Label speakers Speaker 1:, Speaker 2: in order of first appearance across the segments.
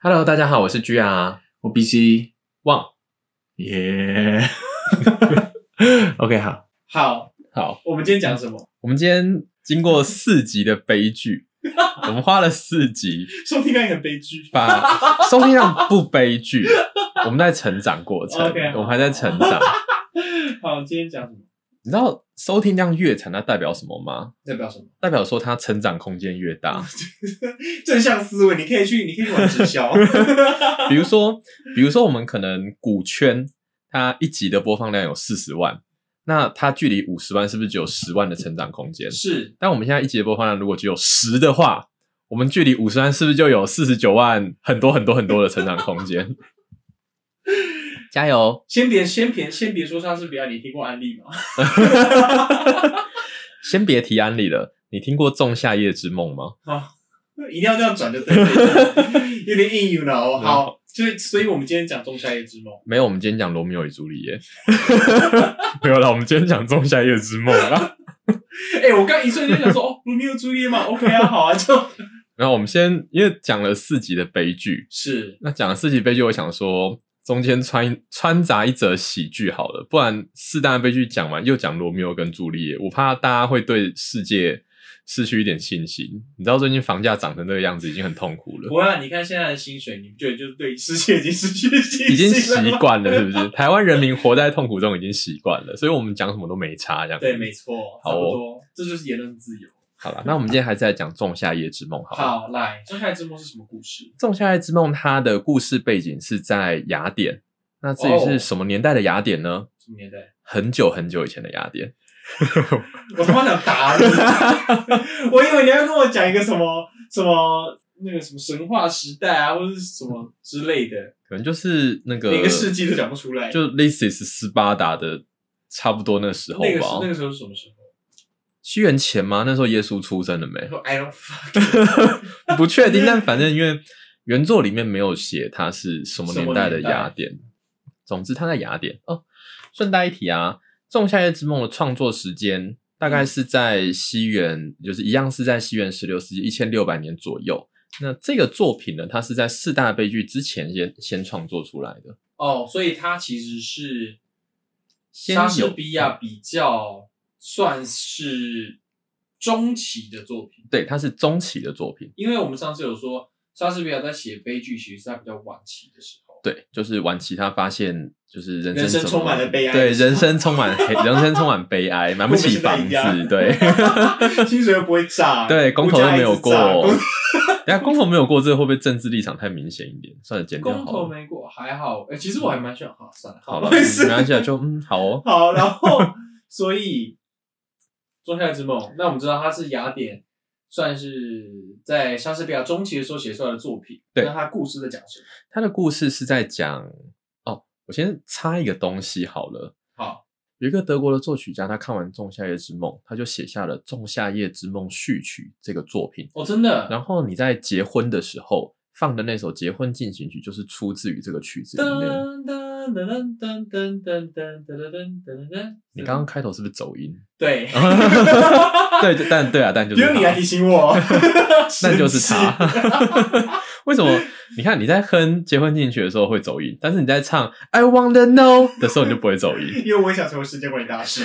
Speaker 1: Hello，大家好，我是 G R
Speaker 2: 我 BC
Speaker 1: 旺。
Speaker 2: 耶，OK 好，
Speaker 3: 好，
Speaker 1: 好，
Speaker 3: 我们今天讲什么？
Speaker 1: 我们今天经过四集的悲 剧，我们花了四集
Speaker 3: 收听量也很悲剧。
Speaker 1: 把收听量不悲 剧，我们在成长过程
Speaker 3: OK，好
Speaker 1: 我们还在成长。
Speaker 3: 好，今天讲什么？
Speaker 1: 你知道收听量越长，那代表什么吗？
Speaker 3: 代表什么？
Speaker 1: 代表说它成长空间越大。
Speaker 3: 正向思维，你可以去，你可以去玩 直销。
Speaker 1: 比如说，比如说我们可能股圈，它一集的播放量有四十万，那它距离五十万是不是只有十万的成长空间？
Speaker 3: 是，
Speaker 1: 但我们现在一集的播放量如果只有十的话，我们距离五十万是不是就有四十九万很多很多很多的成长空间？ 加油！
Speaker 3: 先别先别先别说莎士比亚，你听过安利吗？
Speaker 1: 先别提安利了，你听过《仲夏夜之梦》吗？
Speaker 3: 好，一定要这样转就对了，有点硬 you know。好，就是所以我们今天讲《仲夏夜之梦》。
Speaker 1: 没有，我们今天讲《罗密欧与朱丽叶》。 没有啦，我们今天讲《仲夏夜之梦》啊啦。
Speaker 3: 哎、我刚一瞬间想说，哦，罗密欧朱丽叶嘛，OK 啊，好啊，就
Speaker 1: 然后我们先因为讲了四集的悲剧，
Speaker 3: 是
Speaker 1: 那讲了四集悲剧，我想说中间穿穿杂一则喜剧好了，不然四大悲剧讲完又讲罗密欧跟朱丽叶，我怕大家会对世界失去一点信心。你知道最近房价涨成这个样子，已经很痛苦了
Speaker 3: 不，会啊。你看现在的薪水，你不觉得就是对世界已经失去信
Speaker 1: 已经
Speaker 3: 心了
Speaker 1: 习
Speaker 3: 吗？
Speaker 1: 惯了，是不是？台湾人民活在痛苦中已经习惯了，所以我们讲什么都没差，这样
Speaker 3: 对，没错，差
Speaker 1: 好
Speaker 3: 不
Speaker 1: 哦
Speaker 3: 多，这就是言论自由。
Speaker 1: 好了。那我们今天还是来讲《仲夏夜之梦》好了。
Speaker 3: 好，来，《仲夏夜之梦》是什么故事？
Speaker 1: 《仲夏夜之梦》它的故事背景是在雅典，那至于是
Speaker 3: 哦
Speaker 1: 什么年代的雅典呢？
Speaker 3: 什么年代？
Speaker 1: 很久很久以前的雅典。
Speaker 3: 我他妈想打你！我以为你要 跟我讲一个什么什么那个什么神话时代啊，或者是什么之类的，
Speaker 1: 可能就是那个
Speaker 3: 每个世纪都讲不出来。
Speaker 1: 就类似是斯巴达的差不多那时候
Speaker 3: 那个时那
Speaker 1: 吧
Speaker 3: 个，时候是什么时候
Speaker 1: 西元前吗？那时候耶稣出生了没
Speaker 3: 然？后？I don't fuck
Speaker 1: 不确 定，但反正因为原作里面没有写它是什么年代的雅典。总之，它在雅典哦。顺带一提啊，《仲夏夜之梦》的创作时间大
Speaker 3: 嗯
Speaker 1: 概是在西元，就是一样是在西元十六世纪一千六百年左右。那这个作品呢，它是在四大悲剧之前先先创作出来的。
Speaker 3: 哦，所以它其实是
Speaker 1: 先
Speaker 3: 莎士
Speaker 1: 有
Speaker 3: 比亚比较算是中期的作品，
Speaker 1: 对，它是中期的作品，
Speaker 3: 因为我们上次有说莎士比亚在写悲剧，其实是他比较晚期的时候。
Speaker 1: 对，就是晚期他发现，就是人
Speaker 3: 人生
Speaker 1: 怎么
Speaker 3: 充满了悲哀
Speaker 1: 对，人生充满黑， 人生充满悲哀，买不起房
Speaker 3: 跟我们现
Speaker 1: 子
Speaker 3: 在一，样
Speaker 1: 对
Speaker 3: 薪水又不会炸，
Speaker 1: 对，公投
Speaker 3: 物
Speaker 1: 又
Speaker 3: 价
Speaker 1: 没
Speaker 3: 一直
Speaker 1: 有过
Speaker 3: 炸公。
Speaker 1: 等下公投没有过，这会不会政治立场太明显一点？算了，剪掉
Speaker 3: 公
Speaker 1: 好
Speaker 3: 投
Speaker 1: 了。
Speaker 3: 没过还好，哎、其实我还蛮喜欢，好算了，
Speaker 1: 好了，
Speaker 3: 没
Speaker 1: 没
Speaker 3: 事，
Speaker 1: 关系啊，就嗯，好哦。
Speaker 3: 好。然后，所以《仲夏夜之梦》，那我们知道它是雅典，算是在莎士比亚中期的时候写出来的作品。
Speaker 1: 对
Speaker 3: 那它故事在讲什么？
Speaker 1: 他的故事是在讲哦，我先插一个东西好了。
Speaker 3: 好，
Speaker 1: 有一个德国的作曲家，他看完《仲夏夜之梦》，他就写下了《仲夏夜之梦序曲》这个作品。
Speaker 3: 哦，真的，
Speaker 1: 然后你在结婚的时候放的那首《结婚进行曲》，就是出自于这个曲子里面。
Speaker 3: 噔噔噔噔噔噔噔噔噔噔噔噔，
Speaker 1: 你刚刚开头是不是走 音？
Speaker 3: 对，
Speaker 1: 对，就但对啊，但就是
Speaker 3: 不用你来
Speaker 1: 它，
Speaker 3: 提 醒我，
Speaker 1: 但就是他
Speaker 3: 生气。
Speaker 1: 为什么？你看你在哼《结婚进行曲》的时候会走音，但是你在唱《I Wanna Know》的时候你就不会走音。
Speaker 3: 因为我也想成为时间管理大师。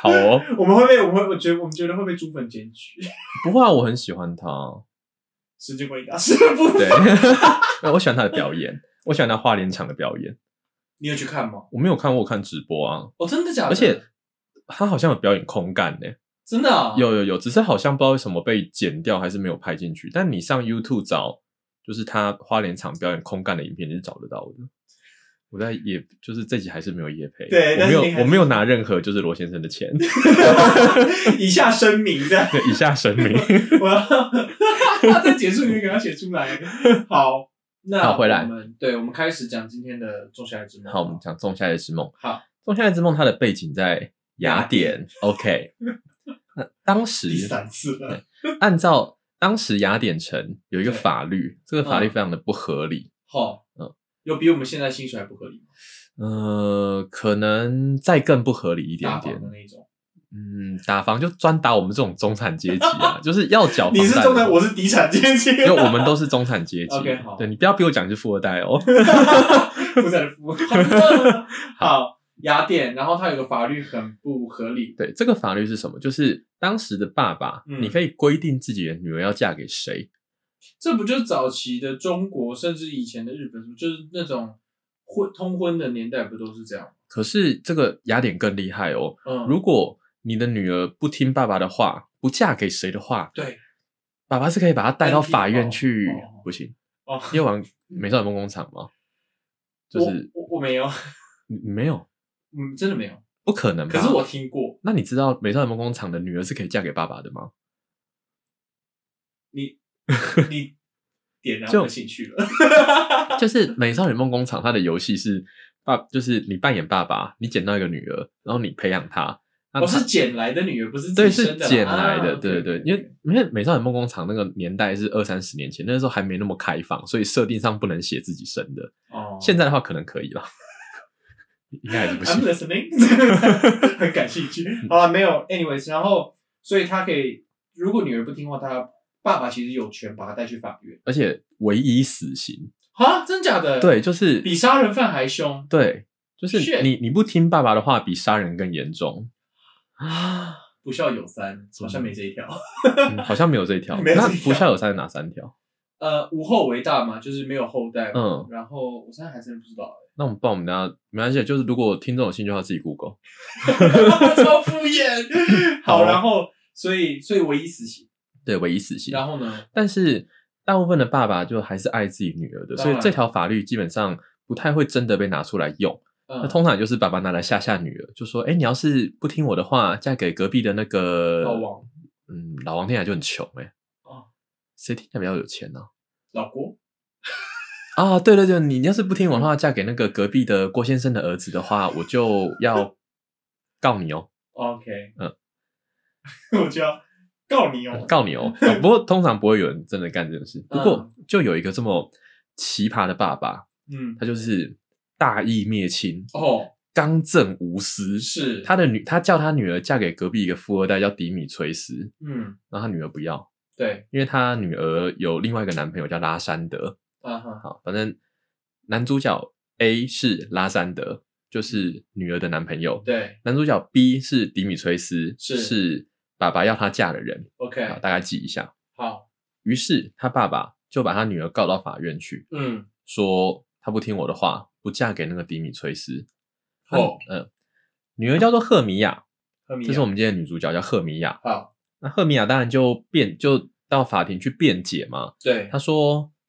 Speaker 1: 好哦，
Speaker 3: 我们会被，我们会，我觉得我们觉得会被猪粉检举。
Speaker 1: 不过啊我很喜欢他，
Speaker 3: 时间管理大师的部分，
Speaker 1: 对， 我喜欢他的表演，我喜欢他花莲场的表演。
Speaker 3: 你有去看吗？
Speaker 1: 我没有看过，我看直播啊，
Speaker 3: 哦，真的假的？
Speaker 1: 而且他好像有表演空干呢、
Speaker 3: 真的啊，
Speaker 1: 有有有，只是好像不知道为什么被剪掉，还是没有拍进去。但你上 YouTube 找，就是他花莲场表演空干的影片，你是找得到的。我在也就是这集还是没有夜配，
Speaker 3: 对
Speaker 1: 我没
Speaker 3: 但是
Speaker 1: 有
Speaker 3: 你还是
Speaker 1: 我没有拿任何就是罗先生的 钱。
Speaker 3: 以下声明这样，
Speaker 1: 对，以下声明。
Speaker 3: 我要在结束里面给他写出来。好，那
Speaker 1: 好回来
Speaker 3: 我们对，我们开始讲今天的《仲夏夜之梦》。
Speaker 1: 好，我们讲《仲夏夜之梦》。
Speaker 3: 好
Speaker 1: 《仲夏夜之梦》它的背景在雅典。OK，那 当时
Speaker 3: 第三次了。
Speaker 1: 按照当时雅典城有一个
Speaker 3: 对
Speaker 1: 法律，这个法律
Speaker 3: 嗯
Speaker 1: 非常的不合理。
Speaker 3: 好，
Speaker 1: 嗯
Speaker 3: 嗯，有比我们现在薪水还不合理吗？
Speaker 1: 呃，可能再更不合理一点
Speaker 3: 大
Speaker 1: 点
Speaker 3: 房的，那一种。
Speaker 1: 嗯，打房就专打我们这种中产阶级啊， 就是要缴。
Speaker 3: 你是中产，我，是底产阶级，
Speaker 1: 因为我们都是中产阶级。
Speaker 3: OK，好
Speaker 1: 对你不要逼我讲你是富二代哦。
Speaker 3: 不在乎。 好，雅典，然后它有个法律很不合理，
Speaker 1: 对，这个法律是什么？就是当时的爸爸，
Speaker 3: 嗯
Speaker 1: 你可以规定自己的女儿要嫁给谁。
Speaker 3: 这不就是早期的中国，甚至以前的日本，就是那种婚通婚的年代，不都是这样？
Speaker 1: 可是这个雅典更厉害哦，
Speaker 3: 嗯，
Speaker 1: 如果你的女儿不听爸爸的话，不嫁给谁的话，
Speaker 3: 对
Speaker 1: 爸爸是可以把她带到
Speaker 3: 单体
Speaker 1: 法院
Speaker 3: 哦
Speaker 1: 去。
Speaker 3: 哦
Speaker 1: 不行，
Speaker 3: 哦，
Speaker 1: 你有玩《美少女梦工厂》吗？就是
Speaker 3: 我我我没有，
Speaker 1: 你你没有，
Speaker 3: 嗯，真的没有。
Speaker 1: 不可能吧。
Speaker 3: 可是我听过，
Speaker 1: 那你知道《美少女梦工厂》的女儿是可以嫁给爸爸的吗？
Speaker 3: 你你点燃
Speaker 1: 就
Speaker 3: 我兴趣了。
Speaker 1: 就是《美少女梦工厂》它的游戏是爸，就是你扮演爸爸，你捡到一个女儿，然后你培养她。那
Speaker 3: 我
Speaker 1: 她
Speaker 3: 哦是捡来的女儿，不是自
Speaker 1: 对，
Speaker 3: 己
Speaker 1: 是
Speaker 3: 生的啦
Speaker 1: 捡来的，
Speaker 3: 啊
Speaker 1: 对对对，因为因为《美少女梦工厂》那个年代是二三十年前，那时候还没那么开放，所以设定上不能写自己生的。
Speaker 3: 哦，
Speaker 1: 现在的话可能可以了，应该还是不
Speaker 3: I'm
Speaker 1: 行。
Speaker 3: listening，很 感兴趣。好啊，没有，anyways，然后所以他可以，如果女儿不听话，他爸爸其实有权把她带去法院。
Speaker 1: 而且唯一死刑，
Speaker 3: 啊，真假的？，
Speaker 1: 对，就是
Speaker 3: 比杀人犯还凶
Speaker 1: 对，就
Speaker 3: Shit
Speaker 1: 是你你不听爸爸的话，比杀人更严重。
Speaker 3: 啊！不孝有三，好像没这一条。
Speaker 1: 嗯好像没有这一条，
Speaker 3: 没有这
Speaker 1: 那
Speaker 3: 一条
Speaker 1: 不孝有三是哪三条？
Speaker 3: 呃，无后为大嘛，就是没有后代嘛。
Speaker 1: 嗯，
Speaker 3: 然后我现在还真的不知道、
Speaker 1: 那我们帮我们大家没关系，就是如果听众有兴趣的话，自己 Google。
Speaker 3: 欸， 超敷衍。好，
Speaker 1: 好哦
Speaker 3: 然后所以所以唯一死刑，
Speaker 1: 对，唯一死刑。
Speaker 3: 然后呢？
Speaker 1: 但是大部分的爸爸就还是爱自己女儿的，
Speaker 3: 当
Speaker 1: 所
Speaker 3: 然
Speaker 1: 以这条法律基本上不太会真的被拿出来用。
Speaker 3: 嗯
Speaker 1: 那通常就是爸爸拿来吓吓女儿，就说：“哎、你要是不听我的话，嫁给隔壁的那个
Speaker 3: 老王，
Speaker 1: 嗯，老王听起来就很穷哎、
Speaker 3: 哦
Speaker 1: 谁听起来比较有钱呢、
Speaker 3: 老郭，
Speaker 1: 啊？对对对，你要是不听我的话，嫁给那个隔壁的郭先生的儿子的话，我就要告你哦，
Speaker 3: OK，
Speaker 1: 嗯，
Speaker 3: 我就要告你哦，
Speaker 1: 告你哦。啊不过通常不会有人真的干这种事。不过就有一个这么奇葩的爸爸，
Speaker 3: 嗯，
Speaker 1: 他就是大义灭亲，
Speaker 3: 哦，
Speaker 1: 刚正无私。
Speaker 3: 是
Speaker 1: 他的女，他叫他女儿嫁给隔壁一个富二代叫迪米崔斯，
Speaker 3: 嗯，
Speaker 1: 然后他女儿不要，
Speaker 3: 对，
Speaker 1: 因为他女儿有另外一个男朋友叫拉山德。
Speaker 3: 啊哈，
Speaker 1: 好，反正男主角 A 是拉山德，就是女儿的男朋友；
Speaker 3: 对
Speaker 1: 男主角 B 是迪米崔斯，
Speaker 3: 是
Speaker 1: 爸爸要他嫁的人。好，
Speaker 3: ，OK，
Speaker 1: 大概记一下。
Speaker 3: 好，
Speaker 1: 于是他爸爸就把他女儿告到法院去，
Speaker 3: 嗯，
Speaker 1: 说他不听我的话，不嫁给那个迪米崔斯。
Speaker 3: 哦，
Speaker 1: 嗯、女儿叫做赫米亚，
Speaker 3: 赫米亚啊
Speaker 1: 这是我们今天的女主角叫赫米亚。
Speaker 3: 好，
Speaker 1: 那赫米亚当然就辩，就到法庭去辩解嘛。
Speaker 3: 对，
Speaker 1: 她说，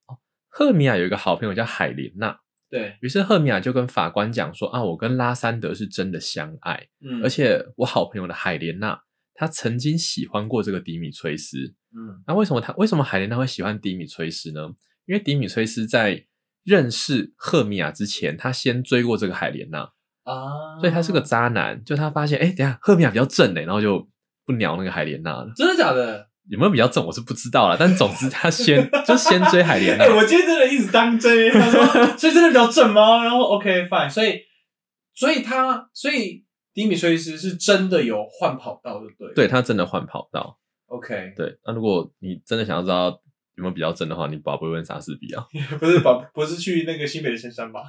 Speaker 1: 哦赫米亚有一个好朋友叫海莲娜，
Speaker 3: 对，
Speaker 1: 于是赫米亚就跟法官讲说啊，我跟拉山德是真的相爱，
Speaker 3: 嗯，
Speaker 1: 而，且我好朋友的海莲娜，她曾经喜欢过这个迪米崔斯。
Speaker 3: 嗯，
Speaker 1: 那为什么她为什么海莲娜会喜欢迪米崔斯呢？因为迪米崔斯在认识赫米亚之前，他先追过这个海莲娜，
Speaker 3: 啊，
Speaker 1: 所以他是个渣男。就他发现，哎、等一下赫米亚比较正哎、然后就不鸟那个海莲娜了。
Speaker 3: 真的假的？
Speaker 1: 有没有比较正，我是不知道啦。但总之，他先 就先追海莲娜啊
Speaker 3: 哎、。我今天真的一直当真，他说，所以真的比较正吗？然后 OK fine，所以，所以他，所以迪米崔斯是真的有换跑道，对不对？
Speaker 1: 对他真的换跑道。
Speaker 3: ，OK，
Speaker 1: 对，那如果你真的想要知道有没有比较真的话，你宝不会问莎士比啊。
Speaker 3: 不是把不是去那个新北的深 山吧？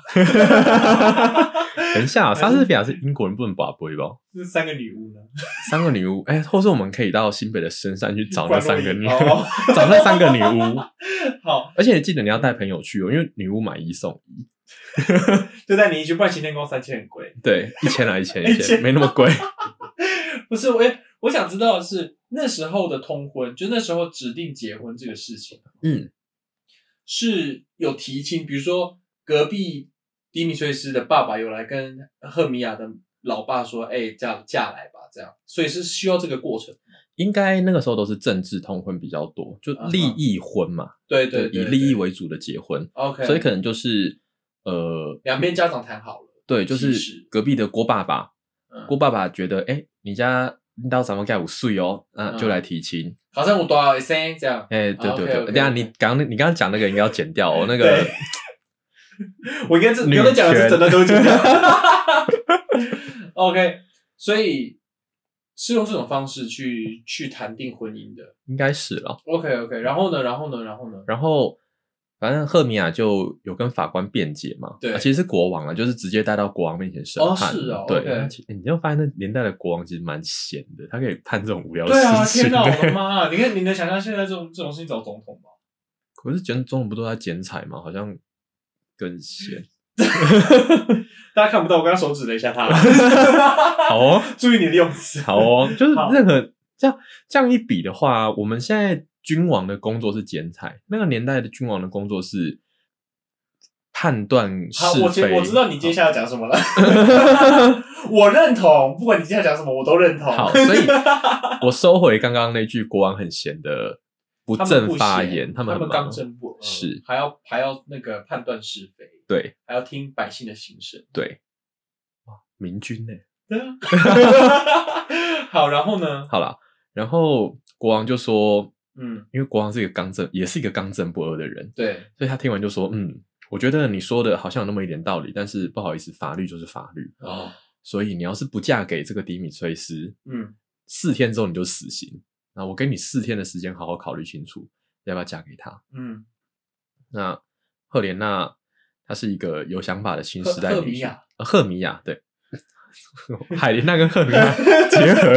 Speaker 1: 等一下、啊莎士比亚是英国人，不能宝不会吧？
Speaker 3: 这三个女巫呢？
Speaker 1: 三个女巫，哎、或是我们可以到新北的深山去找那三个女，
Speaker 3: 关 洛 伊
Speaker 1: 找那三个女巫。
Speaker 3: 好，
Speaker 1: 而且记得你要带朋友去哦，因为女巫买一送一，
Speaker 3: 就带你一去，不然行天宫三千很贵。
Speaker 1: 对，一千来啊一 千
Speaker 3: 一
Speaker 1: 一
Speaker 3: 千
Speaker 1: 千，没那么贵。
Speaker 3: 不是我也，我想知道的是那时候的通婚，就那时候指定结婚这个事情
Speaker 1: 嗯，
Speaker 3: 是有提亲，比如说隔壁迪米崔斯的爸爸有来跟赫米亚的老爸说：“哎、嫁嫁来吧。”这样，所以是需要这个过程。
Speaker 1: 应该那个时候都是政治通婚比较多，就
Speaker 3: 啊哈
Speaker 1: 利益婚嘛，
Speaker 3: 对对
Speaker 1: 以
Speaker 3: 对
Speaker 1: 利益
Speaker 3: 对
Speaker 1: 为主的结婚，
Speaker 3: OK，
Speaker 1: 所以可能就是呃，
Speaker 3: 两边家长谈好了。
Speaker 1: 对，就
Speaker 3: 其
Speaker 1: 是
Speaker 3: 实
Speaker 1: 隔壁的郭爸爸，
Speaker 3: 嗯
Speaker 1: 郭爸爸觉得，哎、你家你到咱们盖五岁哦，啊，
Speaker 3: 嗯
Speaker 1: 就来提亲。
Speaker 3: 好像我多少生这样，
Speaker 1: 哎、对
Speaker 3: 啊
Speaker 1: 对
Speaker 3: OK，
Speaker 1: 对，
Speaker 3: OK，
Speaker 1: 等一下
Speaker 3: OK
Speaker 1: 你刚你刚刚讲那个应该要剪掉哦，那个
Speaker 3: 对我应该这
Speaker 1: 女
Speaker 3: 不要再讲了，
Speaker 1: 权
Speaker 3: 这整段都剪掉。OK，所以是用这种方式去去谈定婚姻的。
Speaker 1: 应该是哦了。
Speaker 3: OK OK，然后呢，然后呢，然后呢？
Speaker 1: 然后反正赫米亚就有跟法官辩解嘛，
Speaker 3: 对
Speaker 1: 啊其实是国王啊，就是直接带到国王面前审
Speaker 3: 哦
Speaker 1: 判，
Speaker 3: 是哦
Speaker 1: 对，
Speaker 3: OK
Speaker 1: 那其欸你就发现那年代的国王其实蛮闲的，他可以判这种无聊
Speaker 3: 对啊，
Speaker 1: 的事情。
Speaker 3: 天哪，我
Speaker 1: 对
Speaker 3: 的妈啊！你看，你能想象现在这种这种事情找总统吗？
Speaker 1: 可是总总统不都在剪彩吗？好像更闲。
Speaker 3: 大家看不到，我刚刚手指了一下他。
Speaker 1: 好哦，
Speaker 3: 注意你的用词。
Speaker 1: 好哦，就是
Speaker 3: 好
Speaker 1: 任何这样这样一比的话，我们现在君王的工作是剪彩，那个年代的君王的工作是判断是
Speaker 3: 好，
Speaker 1: 非。
Speaker 3: 我接我知道你接下来要讲什么了。 我认同，不管你接下来讲什么，我都认同。
Speaker 1: 好，所 以我收回刚刚那句国王很闲的不
Speaker 3: 他们不
Speaker 1: 正发
Speaker 3: 闲
Speaker 1: 言，
Speaker 3: 他
Speaker 1: 他们很忙
Speaker 3: 刚正不阿，
Speaker 1: 是
Speaker 3: 还要还要那个判断是非，
Speaker 1: 对
Speaker 3: 还要听百姓的心 声。
Speaker 1: 对，哇，明君呢？
Speaker 3: 好，然后呢？
Speaker 1: 好啦，然后国王就说，
Speaker 3: 嗯，
Speaker 1: 因为国王是一个刚正，也是一个刚正不阿的人，
Speaker 3: 对，
Speaker 1: 所以他听完就说，嗯，我觉得你说的好像有那么一点道理，但是不好意思，法律就是法律，呃
Speaker 3: 哦，
Speaker 1: 所以你要是不嫁给这个迪米崔斯，
Speaker 3: 嗯，
Speaker 1: 四天之后你就死刑，那我给你四天的时间好好考虑清楚要不要嫁给他。
Speaker 3: 嗯，
Speaker 1: 那赫莲娜她是一个有想法的新时代
Speaker 3: 赫赫
Speaker 1: 女
Speaker 3: 米
Speaker 1: 性
Speaker 3: 亚，
Speaker 1: 呃赫米亚对， 海莲娜跟赫米亚结合，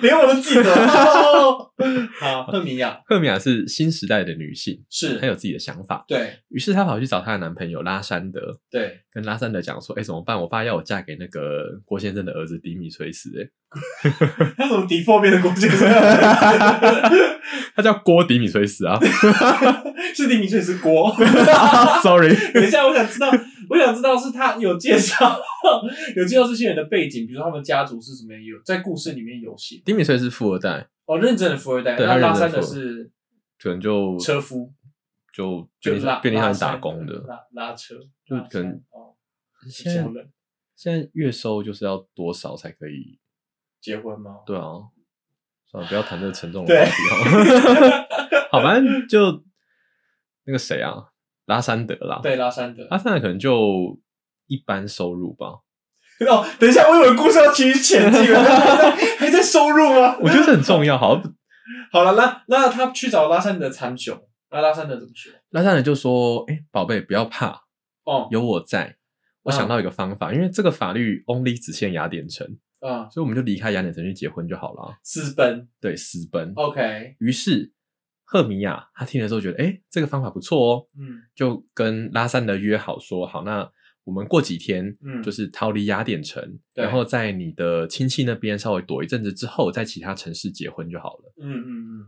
Speaker 3: 连我都记得。哦 好，赫米亚
Speaker 1: 赫米亚是新时代的女性，
Speaker 3: 是
Speaker 1: 她有自己的想法，
Speaker 3: 对
Speaker 1: 于是她跑去找她的男朋友拉山德，
Speaker 3: 对，
Speaker 1: 跟拉山德讲说，哎、怎么办？我爸要我嫁给那个郭先生的儿子迪米崔斯、欸，
Speaker 3: 他怎么敌后面的攻击？
Speaker 1: 他叫郭迪米崔斯啊
Speaker 3: 是迪米崔斯 锅。
Speaker 1: ，sorry，
Speaker 3: 等一下，我想知道，我想知道是他有介绍，有介绍这些人的背景，比如说他们家族是什么样，有在故事里面有写。
Speaker 1: 迪米崔斯富二代，
Speaker 3: 哦，认真的富二代，
Speaker 1: 对
Speaker 3: 那
Speaker 1: 他
Speaker 3: 拉
Speaker 1: 认
Speaker 3: 山
Speaker 1: 真
Speaker 3: 的
Speaker 1: 的
Speaker 3: 是
Speaker 1: 可能就
Speaker 3: 车夫，
Speaker 1: 就
Speaker 3: 就
Speaker 1: 便利
Speaker 3: 拉
Speaker 1: 便利
Speaker 3: 拉
Speaker 1: 商店
Speaker 3: 山
Speaker 1: 打工的，
Speaker 3: 拉拉车，
Speaker 1: 就
Speaker 3: 拉
Speaker 1: 可能
Speaker 3: 山哦，
Speaker 1: 现在
Speaker 3: 小人
Speaker 1: 现在月收就是要多少才可以？
Speaker 3: 结婚吗？
Speaker 1: 对啊，算了，不要谈这个沉重的
Speaker 3: 对
Speaker 1: 话题 好。好，反正就那个谁啊，拉山德啦，
Speaker 3: 哦对，拉山的。
Speaker 1: 拉山德可能就一般收入吧。
Speaker 3: 哦，等一下，我以为故事要继续前进了，还在还在收入吗？
Speaker 1: 我觉得这很重要。好，
Speaker 3: 好了，那那他去找拉山的参雄，那拉山的怎么说？
Speaker 1: 拉山德就说：“哎、宝贝，不要怕，
Speaker 3: 哦，
Speaker 1: 有我在。”我
Speaker 3: 嗯
Speaker 1: 想到一个方法，因为这个法律 only 只限雅典城，
Speaker 3: 啊，
Speaker 1: 所以我们就离开雅典城去结婚就好了啊。
Speaker 3: 私奔
Speaker 1: 对，私奔。
Speaker 3: 哦，OK，
Speaker 1: 于是赫米亚他听了之后觉得，哎、这个方法不错哦，
Speaker 3: 嗯
Speaker 1: 就跟拉山德约好说，好，那我们过几天，
Speaker 3: 嗯
Speaker 1: 就是逃离雅典城，
Speaker 3: 对
Speaker 1: 然后在你的亲戚那边稍微躲一阵子之后，在其他城市结婚就好了。
Speaker 3: 嗯嗯嗯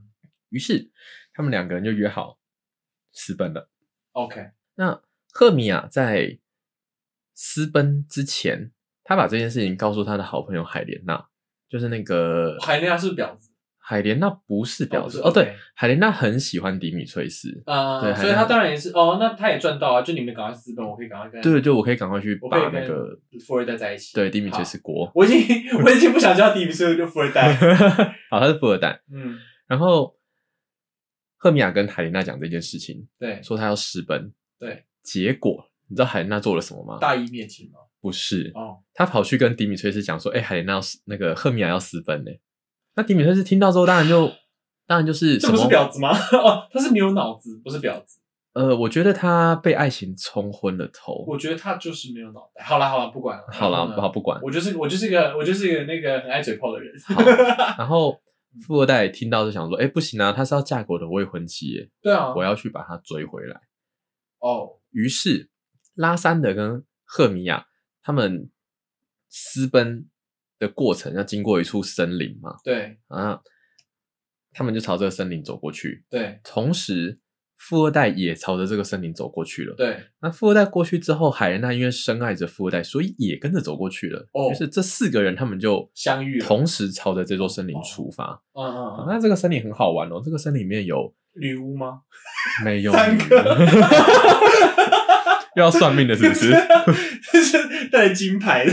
Speaker 1: 于是他们两个人就约好私奔了。
Speaker 3: ，OK，
Speaker 1: 那赫米亚在私奔之前，他把这件事情告诉他的好朋友海莲娜，就是那个
Speaker 3: 海亮是婊子
Speaker 1: 海莲娜不是表示
Speaker 3: 哦
Speaker 1: 哦
Speaker 3: 不是
Speaker 1: 对
Speaker 3: OK，
Speaker 1: 海莲娜很喜欢迪米崔斯，
Speaker 3: 啊，
Speaker 1: 对
Speaker 3: 所以
Speaker 1: 海
Speaker 3: 他
Speaker 1: 亮
Speaker 3: 当然也是哦，那他也赚到啊，就你们赶快私奔，我可以赶快跟
Speaker 1: 对，就我可以赶快去
Speaker 3: 我可以
Speaker 1: 把
Speaker 3: 跟
Speaker 1: 那个
Speaker 3: 富二代在一起，
Speaker 1: 对迪米崔
Speaker 3: 好
Speaker 1: 斯国。
Speaker 3: 我已经我已经不想叫迪米斯就富二代，
Speaker 1: 好，他是富二代。
Speaker 3: 嗯，
Speaker 1: 然后赫米亚跟海琳娜讲这件事情，
Speaker 3: 对，
Speaker 1: 说她要私奔。
Speaker 3: 对，
Speaker 1: 结果你知道海琳娜做了什么吗？
Speaker 3: 大义灭亲嘛，
Speaker 1: 不是，
Speaker 3: 哦，
Speaker 1: 她跑去跟迪米崔斯讲说：“哎、海琳娜要私那个赫米亚要私奔呢、那迪米崔斯听到之后，当然就当然就是
Speaker 3: 这
Speaker 1: 什
Speaker 3: 不是
Speaker 1: 么
Speaker 3: 婊子吗？ 哦，他是没有脑子，不是婊子，
Speaker 1: 呃，我觉得他被爱情冲昏了头。
Speaker 3: 我觉得他就是没有脑袋。好啦好啦，不管了，
Speaker 1: 好啦，
Speaker 3: 然后呢
Speaker 1: 好，不管。
Speaker 3: 我就是我就是一个我就是一个那个很爱嘴炮的人，
Speaker 1: 好然后富二代听到就想说：“哎、不行啊，她是要嫁给我的未婚妻耶、
Speaker 3: 对啊，
Speaker 1: 我要去把她追回来。”
Speaker 3: 哦，
Speaker 1: 于是拉山德跟赫米亚他们私奔的过程要经过一处森林嘛，
Speaker 3: 对
Speaker 1: 啊，他们就朝这个森林走过去，
Speaker 3: 对
Speaker 1: 同时富二代也朝着这个森林走过去了。
Speaker 3: 对，
Speaker 1: 那富二代过去之后，海莲娜因为深爱着富二代，所以也跟着走过去了。
Speaker 3: 哦
Speaker 1: 于是这四个人他们就
Speaker 3: 相遇了
Speaker 1: 同时朝着这座森林出发。啊
Speaker 3: 嗯嗯嗯，
Speaker 1: 那这个森林很好玩哦，这个森林里面 有
Speaker 3: 女巫吗？
Speaker 1: 没有
Speaker 3: 三个
Speaker 1: 鱼又 要算命的是不是？
Speaker 3: 就是带金牌的，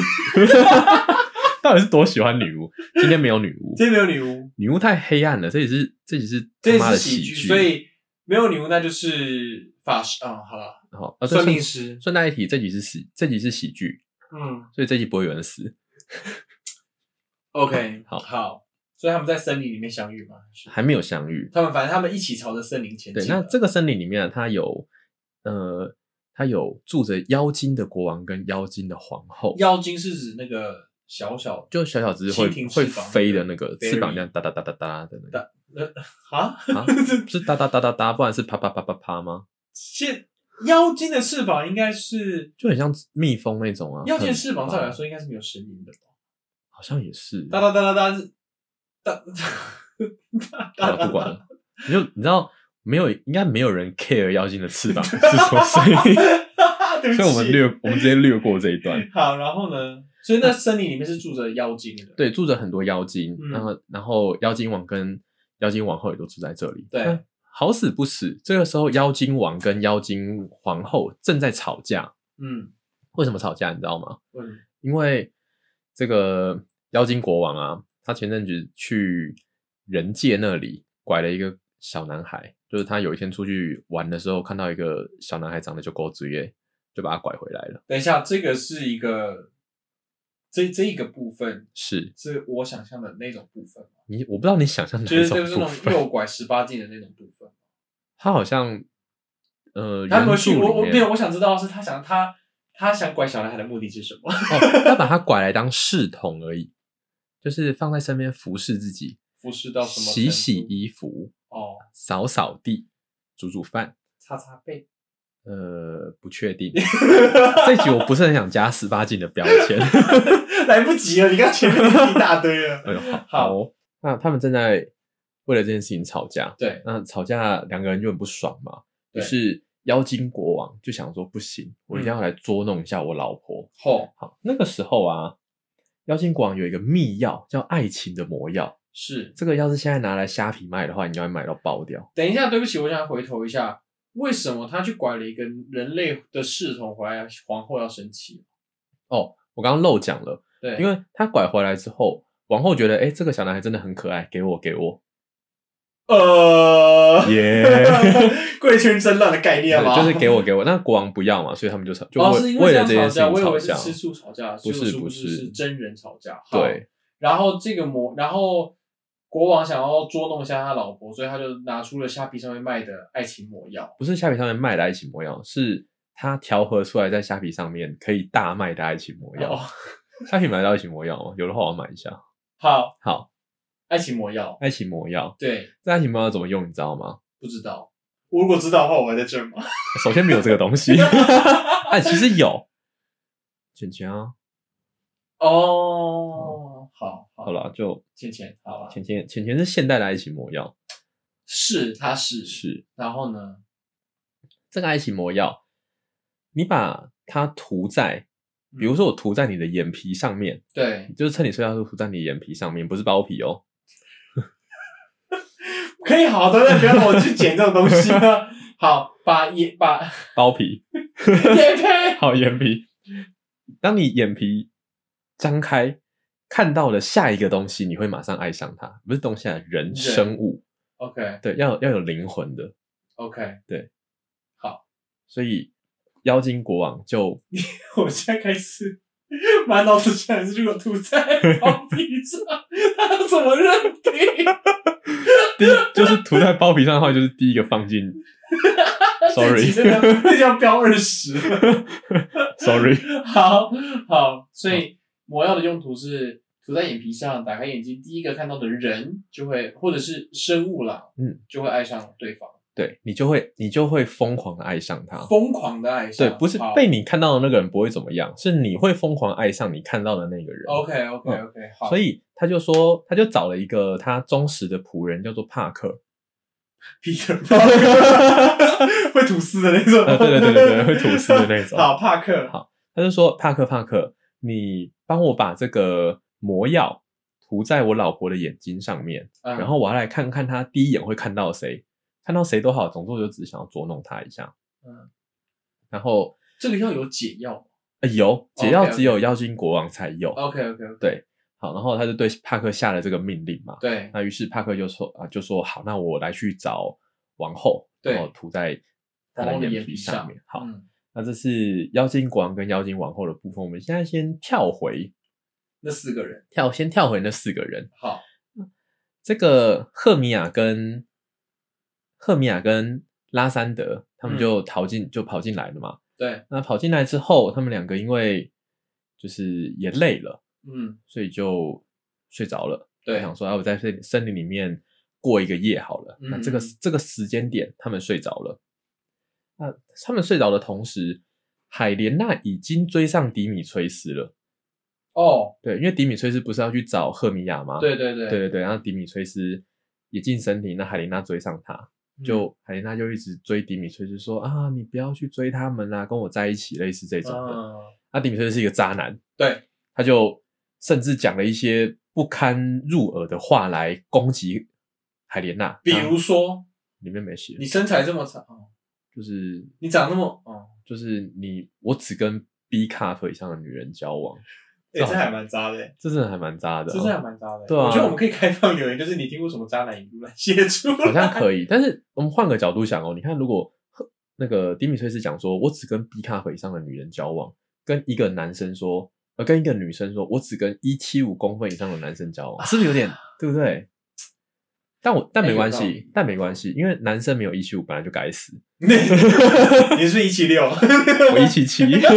Speaker 1: 到底是多喜欢女巫？今天没有女巫，
Speaker 3: 今天没有女巫，
Speaker 1: 女巫太黑暗了，这里是这里是他
Speaker 3: 这也
Speaker 1: 妈
Speaker 3: 是
Speaker 1: 的
Speaker 3: 喜剧，
Speaker 1: 剧。
Speaker 3: 所以没有女巫那就是法师啊、好了，
Speaker 1: 好，啊，对
Speaker 3: 算命
Speaker 1: 顺
Speaker 3: 师，
Speaker 1: 顺带一提，这集是喜这集是喜剧，
Speaker 3: 嗯，
Speaker 1: 所以这集不会有人死。
Speaker 3: OK，
Speaker 1: 好
Speaker 3: 好，所以他们在森林里面相遇嘛，还是
Speaker 1: 还没有相遇。
Speaker 3: 他们反正他们一起朝着森林前进
Speaker 1: 对，
Speaker 3: 了。
Speaker 1: 那这个森林里面啊，它有呃，它有住着妖精的国王跟妖精的皇后，
Speaker 3: 妖精是指那个小小
Speaker 1: 就小小只会
Speaker 3: 蜻蜓翅
Speaker 1: 会
Speaker 3: 膀
Speaker 1: 飞的
Speaker 3: 那
Speaker 1: 那个
Speaker 3: berry
Speaker 1: 翅膀这样哒哒哒哒哒的那个
Speaker 3: 啊，
Speaker 1: 啊，是哒哒哒哒哒，不然是啪啪啪啪啪吗？
Speaker 3: 现妖精的翅膀应该是
Speaker 1: 就很像蜜蜂那种啊。
Speaker 3: 妖精
Speaker 1: 很
Speaker 3: 的翅膀，照
Speaker 1: 大
Speaker 3: 理来说应该是没有声音的吧？
Speaker 1: 好像也是，啊
Speaker 3: 哒哒哒哒哒是哒
Speaker 1: 好
Speaker 3: 哒
Speaker 1: 了
Speaker 3: 哒，
Speaker 1: 不管 了。你就你知道没有，应该没有人 care 妖精的翅 膀是什么声音，
Speaker 3: 哒， 对不 起，
Speaker 1: 所以我们略我们直接略过这一 段。
Speaker 3: 好，然后呢？所以那森林里面是住着妖精的，
Speaker 1: 对，住着很多妖精，
Speaker 3: 嗯
Speaker 1: 然后然后妖精王跟妖精王后也都住在这里。
Speaker 3: 对
Speaker 1: 那好死不死，这个时候妖精王跟妖精皇后正在吵架。
Speaker 3: 嗯，
Speaker 1: 为什么吵架？你知道吗？
Speaker 3: 嗯，
Speaker 1: 因为这个妖精国王啊，他前阵子去人界那里拐了一个小男孩，就是他有一天出去玩的时候，看到一个小男孩长得就狗嘴耶，就把他拐回来了。
Speaker 3: 等一下，这个是一个，这这一个部分
Speaker 1: 是
Speaker 3: 是我想象的那种部分吗，
Speaker 1: 你，我不知道你想象哪
Speaker 3: 就
Speaker 1: 一
Speaker 3: 是
Speaker 1: 种
Speaker 3: 就是
Speaker 1: 部
Speaker 3: 那种
Speaker 1: 分。
Speaker 3: 诱拐十八禁的那种部 分。
Speaker 1: 他好像呃，
Speaker 3: 他有没有
Speaker 1: 原著
Speaker 3: 去？我我
Speaker 1: 里面
Speaker 3: 没有，我想知道是他想他他想拐小男孩的目的是什么？
Speaker 1: 哦，他把他拐来当侍童而已，就是放在身边服侍自己，
Speaker 3: 服侍到什么程度？
Speaker 1: 洗洗衣服、
Speaker 3: 哦，
Speaker 1: 扫扫地、煮煮饭。
Speaker 3: 擦擦 背。
Speaker 1: 呃，不确定。 这集我不是很想加十八禁的标签。
Speaker 3: 来不及了，你刚前面一大堆了。
Speaker 1: 哎 呦，好，
Speaker 3: 好
Speaker 1: 哦那他们正在为了这件事情吵架。
Speaker 3: 对，
Speaker 1: 那吵架两个人就很不爽嘛，就
Speaker 3: 对嗯
Speaker 1: 是妖精国王就想说不行，我一定要来捉弄一下我老婆。
Speaker 3: 后
Speaker 1: 好，那个时候啊，妖精国王有一个秘药叫爱情的魔药，
Speaker 3: 是
Speaker 1: 这个要是现在拿来虾皮卖的话，你就会买到爆掉。
Speaker 3: 等一下，对不起，我想回头一下，为什么他去拐了一个人类的侍从回来，皇后要生气？
Speaker 1: 我刚刚漏讲了，
Speaker 3: 对，
Speaker 1: 因为他拐回来之后，王后觉得，哎、这个小男孩真的很可爱，给我，给我。
Speaker 3: 呃，
Speaker 1: 耶
Speaker 3: 贵圈争乱的概念吗？
Speaker 1: 就是给我给我，那国王不要嘛，所以他们就吵，就为、
Speaker 3: 哦，是因
Speaker 1: 为
Speaker 3: 这
Speaker 1: 了
Speaker 3: 样
Speaker 1: 这件
Speaker 3: 吵
Speaker 1: 事情
Speaker 3: 架，我以为是
Speaker 1: 架。
Speaker 3: 吃醋吵架，
Speaker 1: 不
Speaker 3: 结
Speaker 1: 是
Speaker 3: 果殊
Speaker 1: 不
Speaker 3: 不
Speaker 1: 是
Speaker 3: 知是真人吵架。好
Speaker 1: 对，
Speaker 3: 然后这个魔，然后国王想要捉弄一下他老婆，所以他就拿出了虾皮上面卖的爱情魔药。
Speaker 1: 不是虾皮上面卖的爱情魔药，是他调和出来在虾皮上面可以大卖的爱情魔药
Speaker 3: 哦。，
Speaker 1: 虾、皮买得到爱情魔药吗？有的话我要买一下。
Speaker 3: 好，
Speaker 1: 好，
Speaker 3: 爱情魔药，
Speaker 1: 爱情魔药，
Speaker 3: 对，
Speaker 1: 这爱情魔药怎么用，你知道吗？
Speaker 3: 不知道。我如果知道的话，我还在这儿吗？
Speaker 1: 首先没有这个东西， 哎，其实有。卷钱啊，
Speaker 3: 哦，好，
Speaker 1: 嗯好，了，就
Speaker 3: 倩倩，好了，
Speaker 1: 浅浅浅浅是现代的爱情魔药，
Speaker 3: 是他是，
Speaker 1: 是
Speaker 3: 然后呢？
Speaker 1: 这个爱情魔药，你把它涂在，
Speaker 3: 嗯
Speaker 1: 比如说我涂在你的眼皮上面，
Speaker 3: 对，
Speaker 1: 就是趁你睡觉的时候涂在你的眼皮上面，不是包皮哦。
Speaker 3: 可以好的，那不要让我去捡这种东 西了。好，把眼把
Speaker 1: 包皮，
Speaker 3: 眼配，
Speaker 1: 好眼皮。当你眼皮张开，看到了下一个东西，你会马上爱上它，不是东西啊，人
Speaker 3: 人
Speaker 1: 生物，
Speaker 3: OK
Speaker 1: 对，要要有灵魂的。
Speaker 3: OK，
Speaker 1: 所以妖精国王就
Speaker 3: 我现在开始满脑子全是这个吐在包皮上，他要怎么认定？
Speaker 1: 第一就是涂在包皮上的话，就是第一个放进
Speaker 3: 这
Speaker 1: Sorry
Speaker 3: 集真的这叫标 二十。
Speaker 1: ，sorry，
Speaker 3: 好好，所以魔药的用途是涂在眼皮上，打开眼睛，第一个看到的人就会，或者是生物啦，
Speaker 1: 嗯，
Speaker 3: 就会爱上对方，
Speaker 1: 对你就会你就会疯狂的爱上它。
Speaker 3: 疯狂的爱上。
Speaker 1: 对，不是
Speaker 3: 好
Speaker 1: 被你看到的那个人不会怎么样，是你会疯狂爱上你看到的那个人。
Speaker 3: OK OK OK，好，
Speaker 1: 所以他就说，他就找了一个他忠实的仆人，叫做帕克。
Speaker 3: Peter 会吐丝的那种
Speaker 1: 啊，对对对对对，会吐丝的那 种。
Speaker 3: 好，帕克，
Speaker 1: 好他就说：“帕克，帕克，你帮我把这个魔药涂在我老婆的眼睛上面，
Speaker 3: 嗯
Speaker 1: 然后我要来看看她第一眼会看到谁，看到谁都好，总之我就只想要捉弄她一下。
Speaker 3: 嗯，
Speaker 1: 然后、
Speaker 3: 这个要有解药。
Speaker 1: 呃有解
Speaker 3: OK，
Speaker 1: 药
Speaker 3: OK
Speaker 1: 只有妖精国王才有。
Speaker 3: OK OK OK，
Speaker 1: 好，然后他就对帕克下了这个命令嘛。
Speaker 3: 对
Speaker 1: 那于是帕克就说啊，就说好，那我来去找王后，
Speaker 3: 对
Speaker 1: 然后涂在她
Speaker 3: 王后
Speaker 1: 的
Speaker 3: 的
Speaker 1: 眼
Speaker 3: 眼
Speaker 1: 皮
Speaker 3: 皮上
Speaker 1: 面。好，
Speaker 3: 嗯
Speaker 1: 那这是妖精国王跟妖精王后的部分，我们现在先跳回
Speaker 3: 那四个人。
Speaker 1: 跳先跳回那四个人，
Speaker 3: 好，
Speaker 1: 这个赫米亚跟赫米亚跟拉山德他们
Speaker 3: 嗯
Speaker 1: 就逃进、就跑进来了嘛。
Speaker 3: 对，
Speaker 1: 那跑进来之后，他们两个因为就是也累了，
Speaker 3: 嗯，
Speaker 1: 所以就睡着了。
Speaker 3: 对，
Speaker 1: 想说，哎、我在森森林里面过一个夜好了。那这个
Speaker 3: 嗯
Speaker 1: 这个时间点，他们睡着了。那他们睡着的同时，海莲娜已经追上迪米崔斯了。
Speaker 3: 哦，
Speaker 1: 对，因为迪米崔斯不是要去找赫米亚吗？
Speaker 3: 对对对
Speaker 1: 对对对，然后迪米崔斯也进森林，那海莲娜追上他，
Speaker 3: 嗯
Speaker 1: 就、海莲娜就一直追迪米崔斯说啊，你不要去追他们啦、跟我在一起，类似这
Speaker 3: 那
Speaker 1: 种的。
Speaker 3: 嗯，
Speaker 1: 那迪米崔斯是一个渣男，
Speaker 3: 对，
Speaker 1: 他就甚至讲了一些不堪入耳的话来攻击海莲娜，
Speaker 3: 比
Speaker 1: 然后
Speaker 3: 如说
Speaker 1: 里面没写
Speaker 3: 你，身材这么差，哦
Speaker 1: 就是
Speaker 3: 你长那么，哦，
Speaker 1: 就是你，我只跟 B cup 以上的女人交往，
Speaker 4: 哎、这还蛮渣的、欸，
Speaker 1: 这真的还蛮渣的、
Speaker 3: 这真的还蛮渣的。
Speaker 1: 啊对啊
Speaker 3: 我觉得我们可以开放留言，就是你听过什么渣男语录来写 出 来。
Speaker 1: 好像可以，但是我们换个角度想哦，你看，如果呵那个迪米崔斯讲说，我只跟 B cup 以上的女人交往，跟一个男生说，呃，跟一个女生说，我只跟一七五公分以上的男生交 往，是不是有点对不对？但我但
Speaker 3: 哎
Speaker 1: 没
Speaker 3: 有
Speaker 1: 关
Speaker 3: 道
Speaker 1: 系
Speaker 3: 理，
Speaker 1: 但没关系，因为男生没有一七五本来就该 死，
Speaker 3: 你是一七六，
Speaker 1: 我一七七，然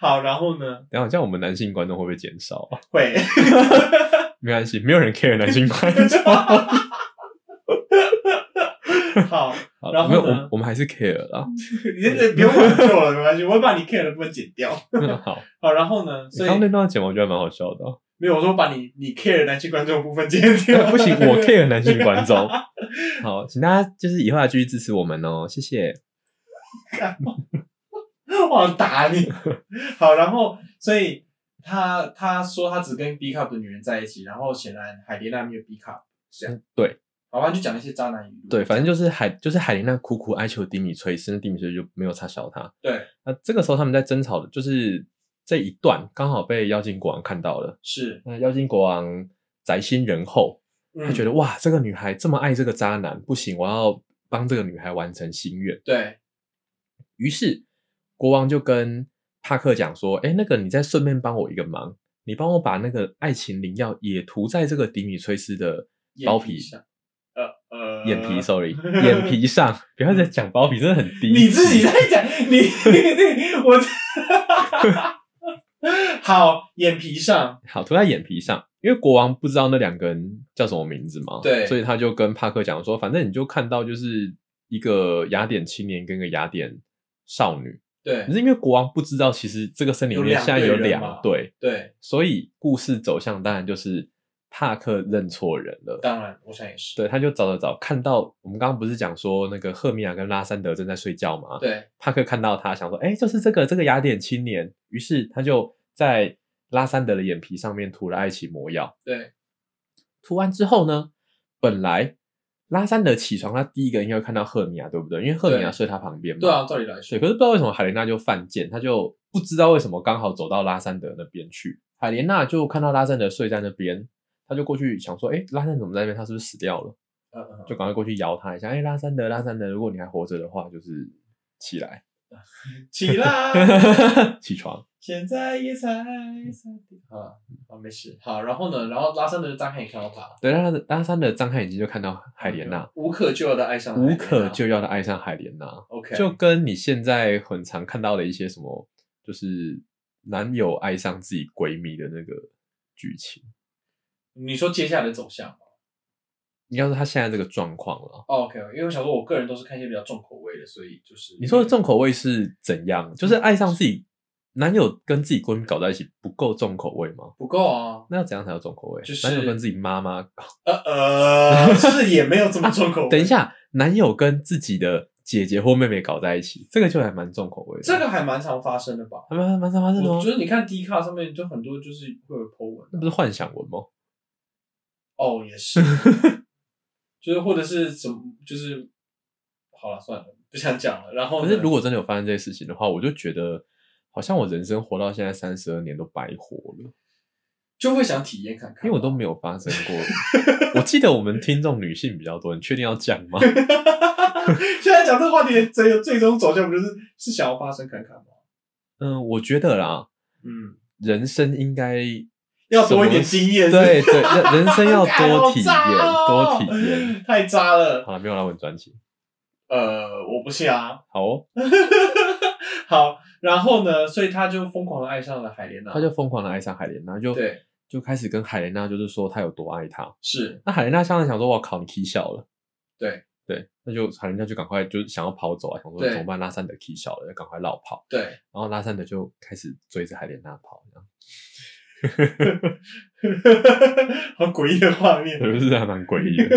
Speaker 3: 好，然后呢？
Speaker 1: 后这样我们男性观众会不会减少 啊？
Speaker 3: 会，
Speaker 1: 没关系，没有人 care 男性观 众，
Speaker 3: 好，
Speaker 1: 好
Speaker 3: 然后
Speaker 1: 没有，
Speaker 3: 呢
Speaker 1: 我们我们还是 care 啦。
Speaker 3: 你这不用挽救了，没关系，我会把你 care 的部分剪掉。
Speaker 1: 好，
Speaker 3: 好，然后呢？
Speaker 1: 你
Speaker 3: 所以
Speaker 1: 刚刚那段剪完，我觉得还蛮好笑的啊。
Speaker 3: 没有，我说把你你 care 的男性观众的部分剪掉。
Speaker 1: 不行，我 care 男性观众。 好，请大家就是以后要继续支持我们哦，谢谢。
Speaker 3: 我想打你。好，然后所以他他说他只跟 B cup 的女人在一起，然后显然海莲娜没有 B cup，这样
Speaker 1: 对。
Speaker 3: 好吧，就讲一些渣男语录。
Speaker 1: 对，反正就是海，就是海琳娜苦苦哀求迪米崔斯，那迪米崔斯就没有插小他。
Speaker 3: 对，
Speaker 1: 那这个时候他们在争吵的，就是这一段刚好被妖精国王看到了。
Speaker 3: 是，
Speaker 1: 那妖精国王宅心仁厚，
Speaker 3: 嗯
Speaker 1: 他觉得、哇，这个女孩这么爱这个渣男，不行，我要帮这个女孩完成心愿。
Speaker 3: 对，
Speaker 1: 于是国王就跟帕克讲说：“哎，那个你再顺便帮我一个忙，你帮我把那个爱情灵药也涂在这个迪米崔斯的包皮
Speaker 3: 眼上呃呃，
Speaker 1: 眼皮，sorry，眼 皮上。不要再讲包皮，真的很低。
Speaker 3: 你自己在讲，你 你我，好，眼皮上，
Speaker 1: 好涂在眼皮上，因为国王不知道那两个人叫什么名字嘛，
Speaker 3: 对
Speaker 1: 所以他就跟帕克讲说，反正你就看到就是一个雅典青年跟一个雅典少女，
Speaker 3: 对
Speaker 1: 可是因为国王不知道，其实这个森林里
Speaker 3: 有
Speaker 1: 面
Speaker 3: 两
Speaker 1: 现在有
Speaker 3: 队人
Speaker 1: 两
Speaker 3: 嘛
Speaker 1: 对。”
Speaker 3: 对，
Speaker 1: 所以故事走向当然就是帕克认错人了。
Speaker 3: 当然，我想也是，
Speaker 1: 对，他就找找找，看到我们刚刚不是讲说那个赫米亚跟拉山德正在睡觉吗？，
Speaker 3: 对，
Speaker 1: 帕克看到他，想说，哎，就是这个这个雅典青年，于是他就在拉山德的眼皮上面涂了爱情魔药。
Speaker 3: 对，
Speaker 1: 涂完之后呢，本来拉山德起床，他第一个应该会看到赫米亚，对不对？因为赫米亚
Speaker 3: 对
Speaker 1: 睡他旁边嘛。
Speaker 3: 对啊，照理来说
Speaker 1: 对，，可是不知道为什么海莲娜就犯贱，她就不知道为什么刚好走到拉山德那边去。海莲娜就看到拉山德睡在那边，她就过去想说：“哎、拉山德怎么在那边？他是不是死掉了
Speaker 3: 嗯？”嗯
Speaker 1: 就赶快过去摇他一下：“哎、拉山德，拉山德，如果你还活着的话，就是起来，
Speaker 3: 嗯，起 来。
Speaker 1: 起床。
Speaker 3: 现在也才三点啊，好没事，好，然后呢，然后拉山德张翰也看到他，”
Speaker 1: 对，拉山拉山德张开眼睛就看到海莲娜，
Speaker 3: 无可救药的爱上嗯了海
Speaker 1: 无
Speaker 3: 莲娜
Speaker 1: 可
Speaker 3: 啊
Speaker 1: 救药的爱上海莲娜，
Speaker 3: ，OK，
Speaker 1: 就跟你现在很常看到的一些什么，就是男友爱上自己闺蜜的那个剧情，
Speaker 3: 你说接下来的走向嘛、
Speaker 1: 应该说他现在这个状况了。
Speaker 3: 哦、，OK，因为我想说，我个人都是看一些比较重口味的，所以就是
Speaker 1: 你说的重口味是怎样？就是爱上自己男友跟自己闺蜜搞在一起不够重口味吗？
Speaker 3: 不够啊，
Speaker 1: 那要怎样才叫重口味？
Speaker 3: 就是
Speaker 1: 男友跟自己妈妈搞。
Speaker 3: 呃呃，是也没有这么重口 味，
Speaker 1: 等一，下，男友跟自己的姐姐或妹妹搞在一起，这个就还蛮重口味的。
Speaker 3: 这个还蛮常发生的吧？
Speaker 1: 还蛮蛮常发生的嗯
Speaker 3: 我
Speaker 1: 哦
Speaker 3: 觉。得你看 D 卡上面就很多就是会有 po 文
Speaker 1: 那
Speaker 3: 啊、
Speaker 1: 不是幻想文吗？
Speaker 3: 哦，也是，就是或者是什么，就是好了，算了，不想讲了。然后
Speaker 1: 可
Speaker 3: 呢
Speaker 1: 是如果真的有发生这些事情的话，我就觉得好像我人生活到现在三十二年都白活 了，
Speaker 3: 就会想体验看看，
Speaker 1: 因为我都没有发生过。 我记得我们听众女性比较多，你确定要讲 吗？
Speaker 3: 现在讲这个话题的最最终走向不就是是想要发生看看吗？
Speaker 1: 嗯，我觉得啦，
Speaker 3: 嗯，
Speaker 1: 人生应该
Speaker 3: 要多一点
Speaker 1: 什么
Speaker 3: 经验
Speaker 1: 对对， 人人生要
Speaker 3: 干
Speaker 1: 多
Speaker 3: 好
Speaker 1: 体验，
Speaker 3: 渣哦
Speaker 1: 多体验。
Speaker 3: 太渣了。
Speaker 1: 好了，没有来问专辑，
Speaker 3: 呃，我不信啊。
Speaker 1: 好哦，
Speaker 3: 好，然后呢，所以他就疯狂的爱上了海莲娜。
Speaker 1: 他就疯狂的爱上海莲娜，就
Speaker 3: 对，
Speaker 1: 就开始跟海莲娜就是说他有多爱她。
Speaker 3: 是
Speaker 1: 那海莲娜当然想说，我靠，你踢笑了。
Speaker 3: 对
Speaker 1: 对，那就海莲娜就赶快就想要跑走啊，想说
Speaker 3: 对
Speaker 1: 怎么办？拉山德踢笑了，要赶快绕跑。
Speaker 3: 对，
Speaker 1: 然后拉山德就开始追着海莲娜跑，这样
Speaker 3: 好诡异的画面。
Speaker 1: 是不是还蛮诡异的？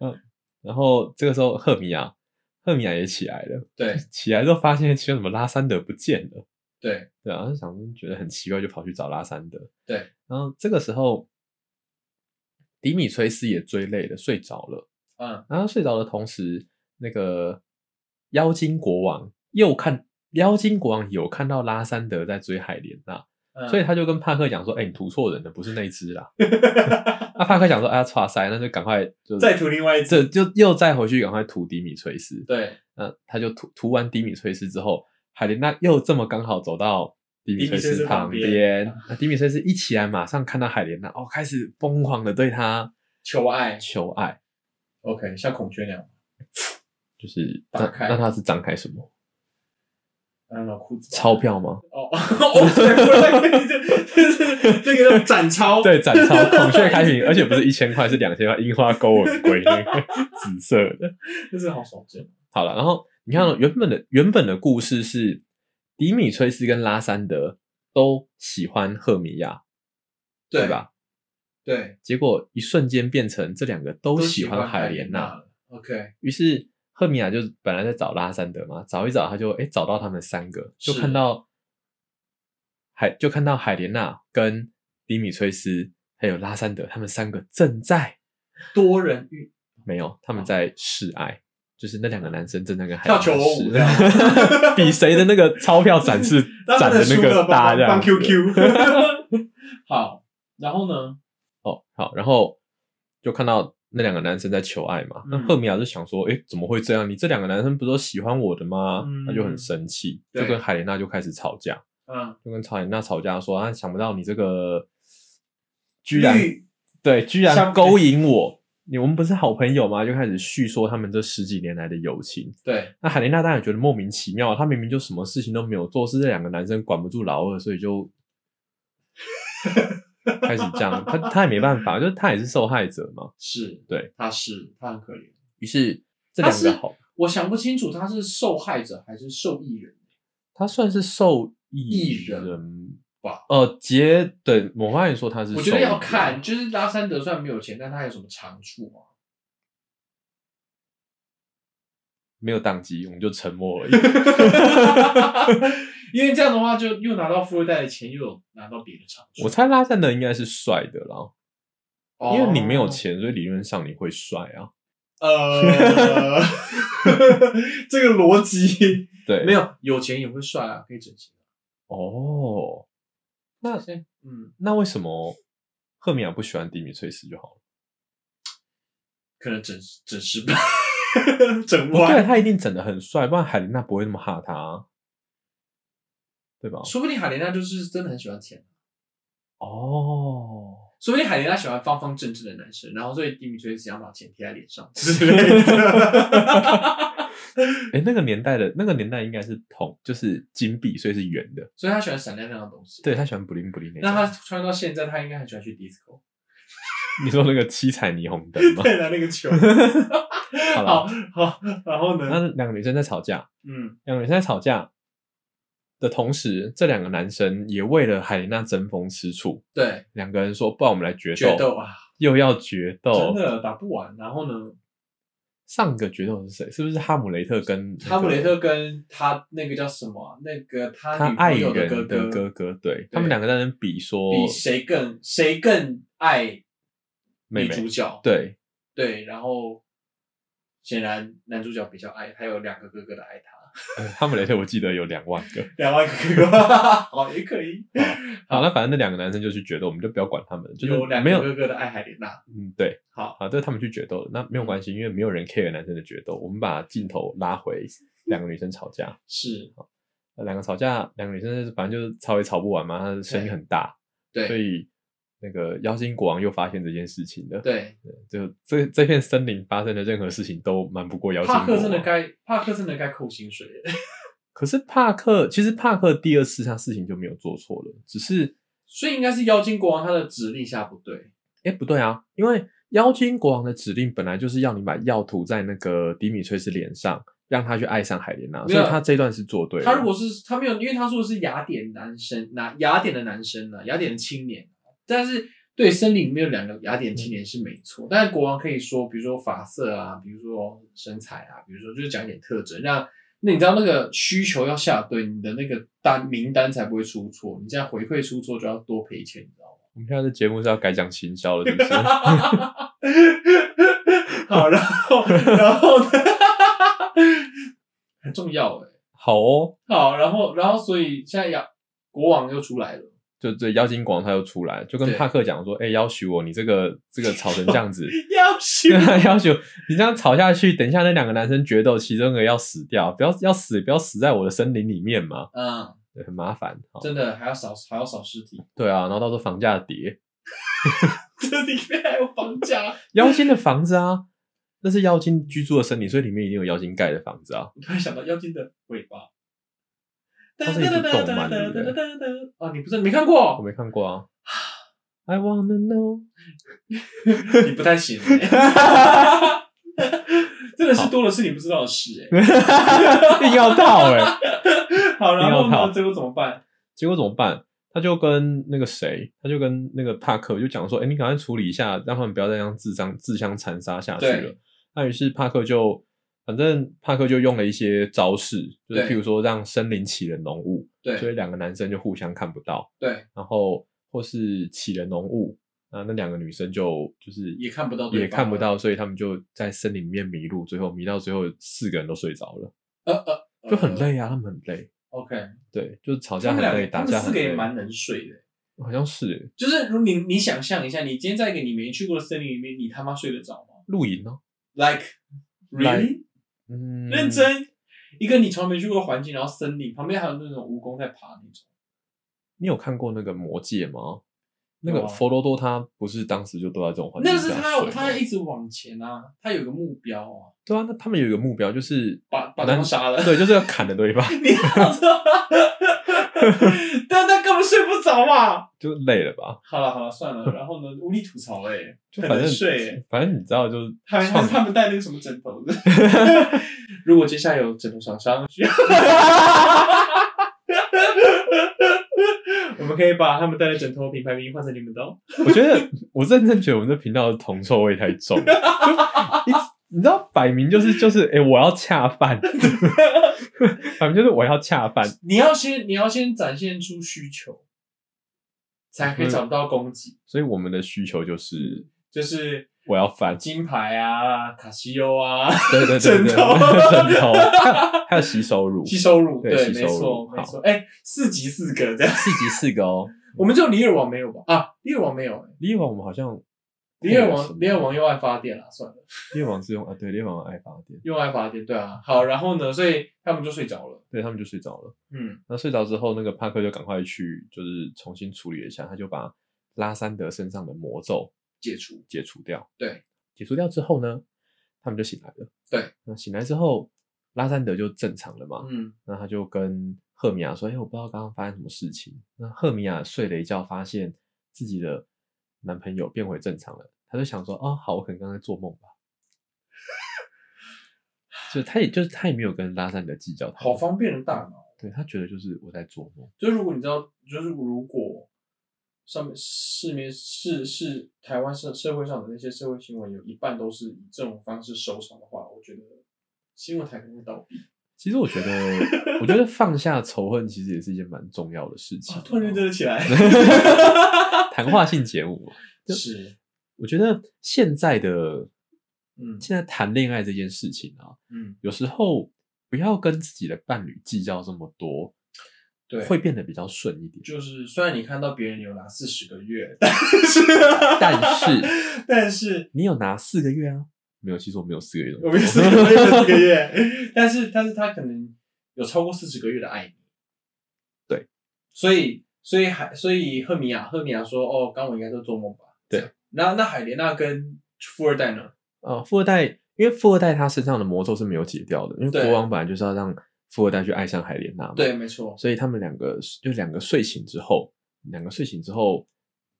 Speaker 1: 嗯，然后这个时候赫米娅，赫米娅也起来了，
Speaker 3: 对
Speaker 1: 起来之后发现其实怎么拉山德不见了。
Speaker 3: 对
Speaker 1: 对啊，他想说觉得很奇怪，就跑去找拉山德。
Speaker 3: 对，
Speaker 1: 然后这个时候，迪米崔斯也追累了，睡着了。
Speaker 3: 嗯，
Speaker 1: 然后睡着的同时，那个妖精国王又看妖精国王有看到拉山德在追海莲娜，
Speaker 3: 嗯
Speaker 1: 所以他就跟帕克讲说：“哎、你涂错人了，不是那一只啦。”那帕克想说：“哎、呀，哇塞，那就赶快就
Speaker 3: 再涂另外一次。
Speaker 1: 这就又再回去赶快涂迪米崔斯。”
Speaker 3: 对，
Speaker 1: 那他就涂涂完迪米崔斯之后，海莲娜又这么刚好走到迪米崔斯旁
Speaker 3: 迪米崔
Speaker 1: 边，那迪米崔斯一起来，马上看到海莲娜，哦，开始疯狂的对她
Speaker 3: 求爱。
Speaker 1: 求爱，
Speaker 3: OK，像孔雀那样，
Speaker 1: 就是
Speaker 3: 打
Speaker 1: 那
Speaker 3: 开
Speaker 1: 那他是张开什么
Speaker 3: 嗯，老裤子。
Speaker 1: 钞票吗？
Speaker 3: 哦 哦，对，不是，就是那个叫展超。
Speaker 1: 对，展钞， 孔雀开屏，而且不是一千块，是两千块，樱花勾吻龟那个紫色的。
Speaker 3: 这是好少见。
Speaker 1: 好了，然后你看、哦、原本的原本的故事是迪米崔斯跟拉山德都喜欢赫米亚，对
Speaker 5: 对
Speaker 1: 吧？？
Speaker 5: 对，
Speaker 1: 结果一瞬间变成这两个都
Speaker 5: 都
Speaker 1: 喜
Speaker 5: 喜
Speaker 1: 欢
Speaker 5: 欢
Speaker 1: 海
Speaker 5: 海
Speaker 1: 莲啊
Speaker 5: 莲
Speaker 1: 娜
Speaker 5: 娜。OK，
Speaker 3: 啊
Speaker 1: 于是赫米娅就本来在找拉山德嘛，找一找，他就哎、诶找到他们三个，就是看到海就看到海莲娜跟迪米崔斯还有拉山德他们三个正在
Speaker 5: 多人运
Speaker 1: 没有他们在示爱，就是那两个男生正在跟海
Speaker 3: 跳求
Speaker 1: 莲
Speaker 3: 偶
Speaker 1: 娜示
Speaker 3: 舞这 样
Speaker 1: 比谁的那个钞票展示
Speaker 3: 那
Speaker 1: 展
Speaker 3: 真
Speaker 1: 的
Speaker 3: 的
Speaker 1: 那
Speaker 3: 输
Speaker 1: 个
Speaker 3: 了，
Speaker 1: 大
Speaker 3: 帮
Speaker 1: 这样
Speaker 3: 帮
Speaker 1: 子
Speaker 3: QQ。好， 然后呢？
Speaker 1: 哦，好，然后就看到那两个男生在求爱嘛，那
Speaker 3: 嗯
Speaker 1: 赫米娅就想说，哎，怎么会这样？你这两个男生不都喜欢我的吗？他就很
Speaker 3: 嗯
Speaker 1: 生气，就
Speaker 3: 对
Speaker 1: 跟海莲娜就开始吵架，
Speaker 3: 嗯，
Speaker 1: 就跟海莲娜吵架说，啊，想不到你这个居然
Speaker 5: 绿
Speaker 1: 对，居然
Speaker 3: 像
Speaker 1: 勾引我。你我们不是好朋友吗？就开始叙说他们这十几年来的友情。
Speaker 3: 对，
Speaker 1: 那海莲娜当然觉得莫名其妙，她明明就什么事情都没有做，是这两个男生管不住老二，所以 就开始这样。她她也没办法，就是她也是受害者嘛。
Speaker 3: 是，
Speaker 1: 对，
Speaker 3: 他是，他很可怜。
Speaker 1: 于是这两
Speaker 3: 她
Speaker 1: 个
Speaker 3: 是
Speaker 1: 好，
Speaker 3: 我想不清楚他是受害者还是受益人。
Speaker 1: 她算是受益
Speaker 3: 艺人吧。
Speaker 1: 呃，杰对某方面说她是，
Speaker 3: 我觉得要看，。就是拉山德虽然没有钱，但他有什么长处啊吗？
Speaker 1: 没有宕机，我们就沉默而已。
Speaker 3: 因为这样的话，就又拿到富二代的钱，又有拿到别的长处。
Speaker 1: 我猜拉赞的应该是帅的啦，
Speaker 3: 哦
Speaker 1: 因为你没有。钱，所以理论上你会帅啊。
Speaker 3: 呃， 这个逻辑
Speaker 1: 对，
Speaker 3: 没有有钱也会帅啊，可以整形。
Speaker 1: 哦。那
Speaker 3: 嗯，
Speaker 1: 那为什么赫米尔不喜欢迪米崔斯就好了？
Speaker 3: 可能整整失败， 整
Speaker 1: 不对，
Speaker 3: 歪。
Speaker 1: 他一定整得很帅，不然海琳娜不会那么哈他啊，对吧？
Speaker 3: 说不定海莲娜就是真的很喜欢钱，
Speaker 1: 哦，
Speaker 3: 说不定海莲娜喜欢方方正正的男生，然后所以迪米崔斯想把钱贴在脸上之类 的，
Speaker 1: 哎，那个年代的那个年代应该是铜，就是金币，所以是圆的。
Speaker 3: 所以他喜欢闪亮亮的东西。
Speaker 1: 对他喜欢布灵布灵那种。
Speaker 3: 那他穿到现在，他应该很喜欢去 disco。
Speaker 1: 你说那个七彩霓虹灯吗？
Speaker 3: 对了，那个球。
Speaker 1: 好
Speaker 3: 好
Speaker 1: 了，
Speaker 3: 好，然后呢？
Speaker 1: 那两个女生在吵架，
Speaker 3: 嗯，
Speaker 1: 两个女生在吵架的同时，这两个男生也为了海琳娜争风吃醋，
Speaker 3: 对，
Speaker 1: 两个人说，不然我们来决斗，
Speaker 3: 决斗啊，
Speaker 1: 又要决斗
Speaker 3: 真，的打不完。然后呢，
Speaker 1: 上个决斗是谁？是不是哈姆雷特跟、
Speaker 3: 哈姆雷？特跟他那个叫什么啊？那个他
Speaker 1: 他
Speaker 3: 女
Speaker 1: 爱
Speaker 3: 朋
Speaker 1: 人
Speaker 3: 友
Speaker 1: 的
Speaker 3: 哥
Speaker 1: 哥
Speaker 3: 哥，
Speaker 1: 哥，对他们两个在那边比说
Speaker 3: 比谁更谁更爱
Speaker 1: 妹妹
Speaker 3: 女主，角？
Speaker 1: 对
Speaker 3: 对，然后显然男主角比较爱，他有两个哥哥的爱他，
Speaker 1: 呃哈姆雷特我记得有两万个。
Speaker 3: 两万个哥哥， 好也可以，
Speaker 1: 好，那反正那两个男生就去决斗，我们就不要管他们，就是
Speaker 3: 有两
Speaker 1: 没
Speaker 3: 个
Speaker 1: 有，
Speaker 3: 哥哥的爱海莲娜。
Speaker 1: 嗯，对，
Speaker 3: 好，
Speaker 1: 好，这他们去决斗了，那没有关系，因为没有人 care 男生的决斗，我们把镜头拉回两个女生吵架，
Speaker 3: 是
Speaker 1: 呃两个吵架，两个女生就是反正就是吵也吵不完嘛，她的声音很大，
Speaker 4: 对
Speaker 1: 所以那个妖精国王又发现这件事情了。
Speaker 4: 对，
Speaker 1: 就这这片森林发生的任何事情都瞒不过妖精
Speaker 3: 帕
Speaker 1: 国
Speaker 3: 克
Speaker 1: 王。
Speaker 3: 真的该，帕克真的该扣薪水了。
Speaker 1: 可是帕克其实帕克第二次他事情就没有做错了，只是
Speaker 3: 所以应该是妖精国王他的指令下不对，
Speaker 1: 哎不对啊，因为妖精国王的指令本来就是要你把药涂在那个迪米崔斯脸上，让他去爱上海莲娜，
Speaker 3: 没
Speaker 1: 所
Speaker 3: 有
Speaker 1: 以他这一段是做对了。
Speaker 3: 他如果是他没有，因为他说的是雅典男生，那雅典的男生呢、雅典的青年，但是对森林里面有两个雅典青年是没错，但是国王可以说，比如说发色啊，比如说身材啊，比如说就是讲一点特征，让那你知道那个需求要下对，你的那个单名单才不会出错，你这样回馈出错就要多赔钱，你知道吗？
Speaker 1: 我们现在的节目是要改讲行销了，是不 是？
Speaker 3: 好，然后然后呢， 很重要哎、
Speaker 1: 好哦，
Speaker 3: 好，然后然后所以现在雅国王又出来了。
Speaker 1: 就这妖精国王他又出来，就跟
Speaker 3: 对
Speaker 1: 帕克讲说：“哎、要求我，你这个这个吵成这样 子，
Speaker 3: 要死
Speaker 1: 对啊，要求你这样吵下去，等一下那两个男生决斗，其中一个要死掉，不要要死，不要死在我的森林里面嘛，
Speaker 3: 嗯，
Speaker 1: 对，很麻烦。好
Speaker 3: 真的还要扫，还要扫尸 体。
Speaker 1: 对啊，然后到时候房价跌，
Speaker 3: 这里面还有房价，
Speaker 1: 妖精的房子啊，那是妖精居住的森林，所以里面一定有妖精盖的房子啊。
Speaker 3: 我突然想到妖精的尾巴。
Speaker 1: 它是一部动漫对不对
Speaker 3: 啊，你不是你没
Speaker 1: 我
Speaker 3: 看 过？
Speaker 1: 没看过啊。I wanna know，
Speaker 3: 你不太行欸、真的是多的是你不知道的事 哎、
Speaker 1: 硬要套哎、
Speaker 3: 好，然后
Speaker 1: 硬要套
Speaker 3: 呢？最后怎么办？
Speaker 1: 结果怎么办？他就跟那个谁，他就跟那个帕克就讲说：“哎、你赶快处理一下，让他们不要再这样自相自相残杀下去了
Speaker 3: 对。”
Speaker 1: 那于是帕克就，反正帕克就用了一些招式，就是
Speaker 3: 对
Speaker 1: 譬如说让森林起了浓雾，
Speaker 3: 对
Speaker 1: 所以两个男生就互相看不到，
Speaker 3: 对，
Speaker 1: 然后或是起了浓雾，啊，那两个女生就就是
Speaker 3: 也看不到对
Speaker 1: 也
Speaker 3: 方
Speaker 1: 看不
Speaker 3: 了
Speaker 1: 到，所以他们就在森林里面迷路，最后迷到最后四个人都睡着了，
Speaker 3: 呃呃，呃
Speaker 1: 就很。累啊，他们很累，
Speaker 3: OK，
Speaker 1: 对，就是吵架
Speaker 3: 他们
Speaker 1: 很
Speaker 3: 两
Speaker 1: 累，
Speaker 3: 个，他
Speaker 1: 打
Speaker 3: 们
Speaker 1: 架
Speaker 3: 四
Speaker 1: 很
Speaker 3: 个也
Speaker 1: 累，
Speaker 3: 蛮能睡的。
Speaker 1: 好像是欸
Speaker 3: 就是如你你想象一下，你今天在一个你没去过的森林里面，你他妈睡得着吗
Speaker 1: 露营哦。
Speaker 3: ？Like really？
Speaker 1: 嗯，
Speaker 3: 认。真，一个你从来没去过的环境，然后森林旁边还有那种蜈蚣在爬那种。
Speaker 1: 你有看过那个《魔戒》吗？那
Speaker 3: 有
Speaker 1: 个
Speaker 3: 啊
Speaker 1: 佛罗多他不是当时就都在这种环境
Speaker 3: 那
Speaker 1: 下
Speaker 3: 是
Speaker 1: 睡吗？
Speaker 3: 他他一直往前啊，他有个目标啊，
Speaker 1: 对啊，那他们有一个目标就是
Speaker 3: 把把
Speaker 1: 男
Speaker 3: 他们杀了。
Speaker 1: 对，就是要砍了对方，
Speaker 3: 你好说，但他根本睡不着嘛。
Speaker 1: 就累了吧？
Speaker 3: 好了好了，算了，然后呢，无力吐槽哎、欸，
Speaker 1: 就
Speaker 3: 很
Speaker 1: 反
Speaker 3: 难
Speaker 1: 正
Speaker 3: 睡欸
Speaker 1: 反正你知道，就是
Speaker 3: 还还是
Speaker 1: 创
Speaker 3: 他们带那个什么枕头的。 如果接下来有枕头厂商需要， 我们可以把他们带的枕头品牌名换成你们的哦。
Speaker 1: 我觉得我认真觉得我们这频道的铜臭味太 重了，就一直你知道，摆明就是 就是哎、诶我要恰 饭，摆明就是我要恰饭，
Speaker 3: 你要先你要先展现出需求，才可以找到供给，
Speaker 1: 所以我们的需求就是
Speaker 3: 就是
Speaker 1: 我要 饭，
Speaker 3: 金牌啊、卡西欧啊、
Speaker 1: 对对对对，
Speaker 3: 枕头
Speaker 1: 枕头，还有还有洗手乳，
Speaker 3: 吸收乳，
Speaker 1: 对
Speaker 3: 对，
Speaker 1: 吸
Speaker 3: 没
Speaker 1: 收
Speaker 3: 错
Speaker 1: 乳
Speaker 3: 没错。哎，四级四个这样，
Speaker 1: 四集四个哦。
Speaker 3: 我们只有李尔王没有吧？啊，李尔王没有，
Speaker 1: 李野王我们好像
Speaker 3: 李尔
Speaker 1: 什么
Speaker 3: 王李尔王用爱发电了，算了，
Speaker 1: 猎王是用啊，对，猎王爱发电，
Speaker 3: 用爱发电，对啊。好，然后呢，所以他们就睡着了。
Speaker 1: 对他们就睡着了。
Speaker 3: 嗯，
Speaker 1: 那睡着之后，那个帕克就赶快去，就是重新处理了一下，他就把拉山德身上的魔咒
Speaker 3: 解除。
Speaker 1: 解除掉。
Speaker 3: 对，
Speaker 1: 解除掉之后呢，他们就醒来了。
Speaker 3: 对，
Speaker 1: 那醒来之后，拉山德就正常了嘛。
Speaker 3: 嗯，
Speaker 1: 那他就跟赫米娅说：“哎、我不知道刚刚发生什么事情。”那赫米娅睡了一觉，发现自己的男朋友变回正常了。她就想说：“哦，好，我可能刚才做梦 吧。”就他也就是他也没有跟拉山德计较他，
Speaker 3: 好方便的大脑。
Speaker 1: 对他觉得就是我在做梦。
Speaker 3: 就是如果你知道，就是如果上面市面是是台湾社社会上的那些社会新闻，有一半都是以这种方式收场的话，我觉得新闻台可能会倒闭。
Speaker 1: 其实我觉得，我觉得放下仇恨其实也是一件蛮重要的事 情。
Speaker 3: 啊，突然认真了起来。
Speaker 1: 谈话性节目，
Speaker 3: 是，
Speaker 1: 我觉得现在的
Speaker 3: 嗯
Speaker 1: 现在谈恋爱这件事情啊，
Speaker 3: 嗯，
Speaker 1: 有时候不要跟自己的伴侣计较这么多，
Speaker 3: 对，
Speaker 1: 会变得比较顺一点。
Speaker 3: 就是虽然你看到别人有拿四十个 月，
Speaker 1: 但是
Speaker 3: 但是
Speaker 1: 你有拿四个月啊？没有，其实我没有四个月 的。
Speaker 3: 我们四个月四个月，但是但是他可能有超过四十个月的爱你，所以所以海所以赫米亚赫米亚说哦，刚我应该都做梦吧？
Speaker 1: 对。
Speaker 3: 然后那海莲娜跟富二代呢？
Speaker 1: 呃，富二代，因为富二代他身上的魔咒是没有解掉的，因为
Speaker 3: 对
Speaker 1: 国王本来就是要让富二代去爱上海莲娜嘛。
Speaker 3: 对，，没错。
Speaker 1: 所以他们两个就两个睡醒之后，两个睡醒之后，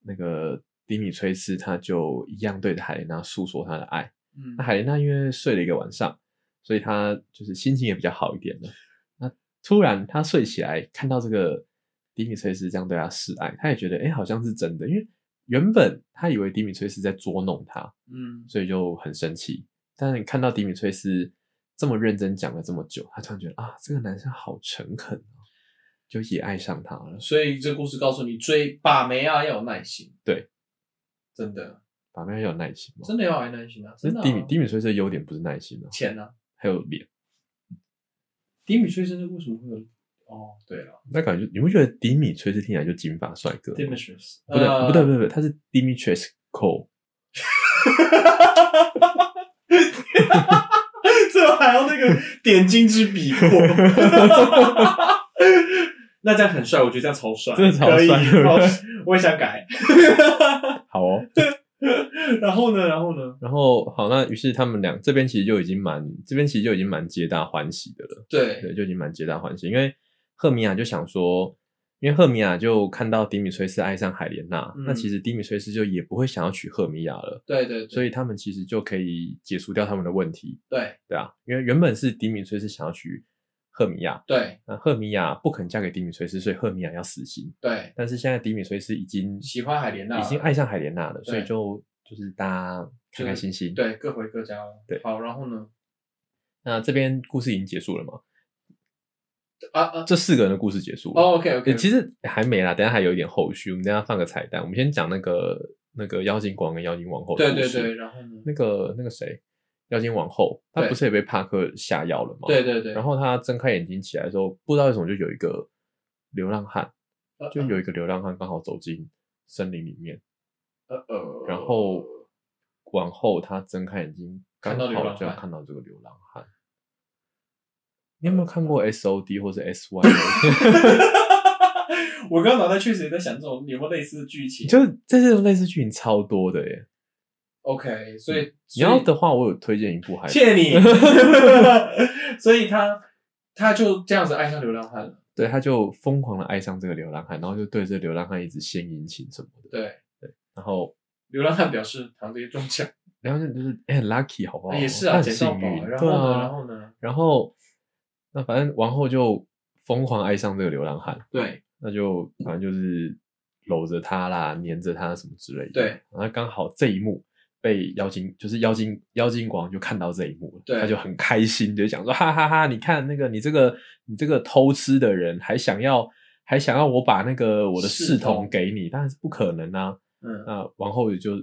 Speaker 1: 那个迪米崔斯他就一样对着海莲娜诉说他的爱。
Speaker 3: 嗯
Speaker 1: 那，海莲娜因为睡了一个晚上，所以她就是心情也比较好一点了。那突然她睡起来，看到这个迪米崔斯这样对她示爱，她也觉得哎、诶好像是真的，因为原本她以为迪米崔斯在捉弄她，
Speaker 3: 嗯，
Speaker 1: 所以就很生气。但是看到迪米崔斯这么认真讲了这么久，她突然觉得啊，这个男生好诚恳哦，就也爱上他了。
Speaker 3: 所以这故事告诉你，追把妹啊要有耐心。
Speaker 1: 对，
Speaker 3: 真的，
Speaker 1: 把妹要有耐心嘛，
Speaker 3: 真的要有耐心啊！
Speaker 1: 那
Speaker 3: 真的、啊。
Speaker 1: 迪米迪米崔斯的优点不是耐心啊，
Speaker 3: 钱啊，
Speaker 1: 还有脸。
Speaker 3: 迪米崔斯为什么会有？哦，对了
Speaker 1: 那感觉你不觉得迪米崔斯听起来就金发帅哥吗？
Speaker 3: ，Demetrius，
Speaker 1: 不对，
Speaker 3: 呃
Speaker 1: 不对，不对，不对，他是 Dimitris Cole，
Speaker 3: 最后还要那个点睛之笔过。 那这样很帅，我觉得这样超帅，
Speaker 1: 真的超帅
Speaker 3: 可以
Speaker 1: 对不对
Speaker 3: 超我也想改。
Speaker 1: 好 哦。
Speaker 3: 然后呢，然后呢？
Speaker 1: 然后好，那于是他们俩这边其实就已经蛮，这边其实就已经蛮皆大欢喜的了，
Speaker 3: 对，
Speaker 1: 对，就已经蛮皆大欢喜，因为赫米亚就想说，因为赫米亚就看到迪米崔斯爱上海莲娜，
Speaker 3: 嗯
Speaker 1: 那其实迪米崔斯就也不会想要娶赫米亚了，
Speaker 3: 对对
Speaker 1: 所
Speaker 3: 以
Speaker 1: 以他们其实就可以解除掉他们的问题，
Speaker 3: 对
Speaker 1: 对啊，因为原本是迪米崔斯想要娶赫米亚，
Speaker 3: 对
Speaker 1: 那赫米亚不肯嫁给迪米崔斯，所以赫米亚要死刑，
Speaker 3: 对，
Speaker 1: 但是现在迪米崔斯已经
Speaker 3: 喜欢海莲娜
Speaker 1: 已经爱上海莲娜了，所以
Speaker 3: 对
Speaker 1: 就就是大家开开心心。，
Speaker 3: 对，各回各家了。
Speaker 1: 对
Speaker 3: 好，然后呢？
Speaker 1: 那这边故事已经结束了嘛？
Speaker 3: 啊啊，
Speaker 1: 这四个人的故事结束了。
Speaker 3: 哦，OK
Speaker 1: 诶
Speaker 3: OK，
Speaker 1: 其实还没啦，等一下还有一点后续，我们等一下放个彩蛋。我们先讲那个那个妖精国王跟妖精王后的
Speaker 3: 对
Speaker 1: 故
Speaker 3: 对
Speaker 1: 事。
Speaker 3: 对，然后呢？
Speaker 1: 那个那个谁，妖精王后，她
Speaker 3: 对
Speaker 1: 不是也被帕克下药了吗？
Speaker 3: 对。对对，
Speaker 1: 然后她睁开眼睛起来的时候，不知道为什么就有一个流浪汉，
Speaker 3: 呃
Speaker 1: 就有一个流浪汉刚好走进森林里面，
Speaker 3: 呃呃，
Speaker 1: 然后往后他睁开眼睛，刚
Speaker 3: 看到流
Speaker 1: 好
Speaker 3: 浪
Speaker 1: 就要
Speaker 3: 汉
Speaker 1: 看到这个流浪汉。你有没有看过 S O D 或是 S Y？
Speaker 3: 我刚刚脑袋确实也在想这种有没有类似的剧情。
Speaker 1: 就是这种类似剧情超多的耶。
Speaker 3: OK，所以
Speaker 1: 你要的话，我有推荐一部还，
Speaker 3: 谢谢你。 所以他他就这样子爱上流浪汉了。
Speaker 1: 对，他就疯狂的爱上这个流浪汉，然后就对这流浪汉一直献殷勤什么的。
Speaker 3: 对，
Speaker 1: 然后
Speaker 3: 流浪汉表示躺着也中奖，
Speaker 1: 然后就是哎、很 lucky 好不好？
Speaker 3: 也是
Speaker 1: 他
Speaker 3: 啊，
Speaker 1: 很
Speaker 3: 捡
Speaker 1: 幸
Speaker 3: 到宝
Speaker 1: 运
Speaker 3: 了。。然
Speaker 1: 对
Speaker 3: 后呢，
Speaker 1: 啊
Speaker 3: 然后呢？
Speaker 1: 然后那反正王后就疯狂爱上这个流浪汉。
Speaker 3: 对
Speaker 1: 那就反正就是搂着他啦，黏着他什么之类的。
Speaker 3: 对，
Speaker 1: 然后刚好这一幕被妖精，就是妖精妖精国王就看到这一幕了，
Speaker 3: 对
Speaker 1: 他就很开心，就想说哈哈哈你看那个你这个你这个偷吃的人还想要还想要我把那个我的
Speaker 3: 侍
Speaker 1: 侍
Speaker 3: 童
Speaker 1: 童给你，当然是不可能啊。
Speaker 3: 嗯，
Speaker 1: 那王后也就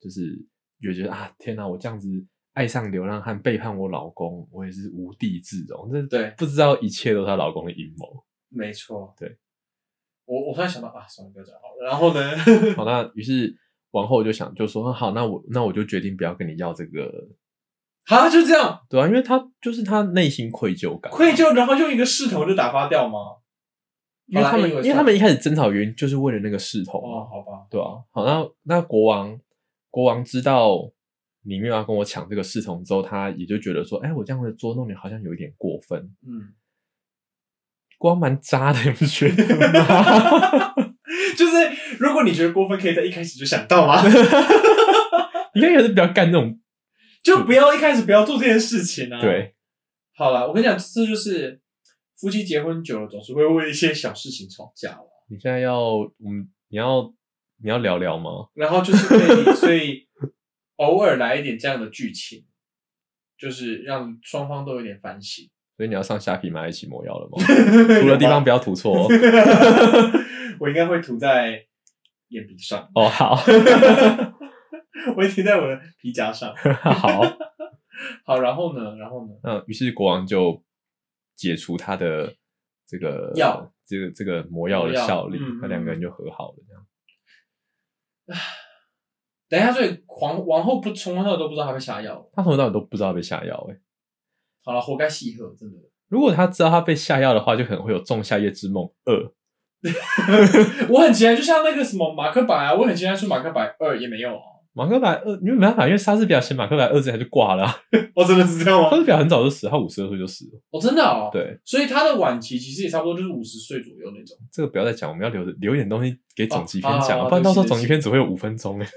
Speaker 1: 就是也觉得啊，天哪，我这样子。爱上流浪汉，背叛我老公，我也是无地自容。这
Speaker 3: 对
Speaker 1: 不知道一切都是她老公的阴谋。
Speaker 3: 没错。
Speaker 1: 对，
Speaker 3: 我我突然想到啊，算了，不要讲好了。然后呢？
Speaker 1: 好，那于是王后就想，就说好，那我那我就决定不要跟你要这个，
Speaker 3: 啊，就这样
Speaker 1: 对啊，因为她就是她内心愧疚感，
Speaker 3: 愧，疚，然后用一个势头就打发掉吗？
Speaker 1: 因为他们
Speaker 3: 好啦
Speaker 1: 因为他们一开始争吵的原因就是为了那个势头
Speaker 3: 哦，
Speaker 1: 嘛，
Speaker 3: 好吧，
Speaker 1: 对啊，好，那那国王国王知道你没有要跟我抢这个势头之后，他也就觉得说，哎，我这样的捉弄你好像有一点过分，
Speaker 3: 嗯，
Speaker 1: 国王蛮渣的，你不觉得吗？
Speaker 3: 就是如果你觉得过分，可以在一开始就 想到吗？
Speaker 1: 应该也是不要干这种，
Speaker 3: 就不要一开始不要做这件事情啊。，
Speaker 1: 对，
Speaker 3: 好啦，我跟你讲，这就是夫妻结婚久了，总是会为一些小事情吵架了。
Speaker 1: 你现在要我们你要你要聊聊吗？
Speaker 3: 然后就是可以， 所以偶尔来一点这样的剧情，就是让双方都有点反 省。
Speaker 1: 所以你要上虾皮买一起魔药了吗？
Speaker 3: 除
Speaker 1: 涂的地方，不要涂错哦。
Speaker 3: 我应该会涂在眼皮上，
Speaker 1: 哦，好，
Speaker 3: 我会贴在我的皮夹上。
Speaker 1: 好。
Speaker 3: 好，然后呢？然后呢？
Speaker 1: 那于是国王就解除他的这个
Speaker 3: 药，
Speaker 1: 这个这个魔药的
Speaker 3: 魔药
Speaker 1: 效力
Speaker 3: 嗯，
Speaker 1: 那两个人就和好了。这样
Speaker 3: 等一下，所以皇王后不从头到尾都不知道她被下药了。
Speaker 1: 他从头到尾都不知道被下药哎。
Speaker 3: 好了，活该戏鹤，真的。
Speaker 1: 如果他知道他被下药的话，就可能会有《仲夏夜之梦二》
Speaker 3: 我很期待，就像那个什么马克白啊，我很期待说马克白二也没有哦。
Speaker 1: 马克白二，因为没办法，因为莎士比亚写马克白二之前就挂 了啊、
Speaker 3: 哦，真的是这样
Speaker 1: 莎
Speaker 3: 吗？
Speaker 1: 士比亚很早就死，他五十二岁就死了。
Speaker 3: 哦，真的哦。，
Speaker 1: 对，
Speaker 3: 所以他的晚期其实也差不多就是五十岁左右那种。
Speaker 1: 这个不要再讲，我们要留留一点东西给总集篇讲，
Speaker 3: 哦哦
Speaker 1: 不然到时候
Speaker 3: 对不
Speaker 1: 总
Speaker 3: 起
Speaker 1: 集篇只会有五分钟哎。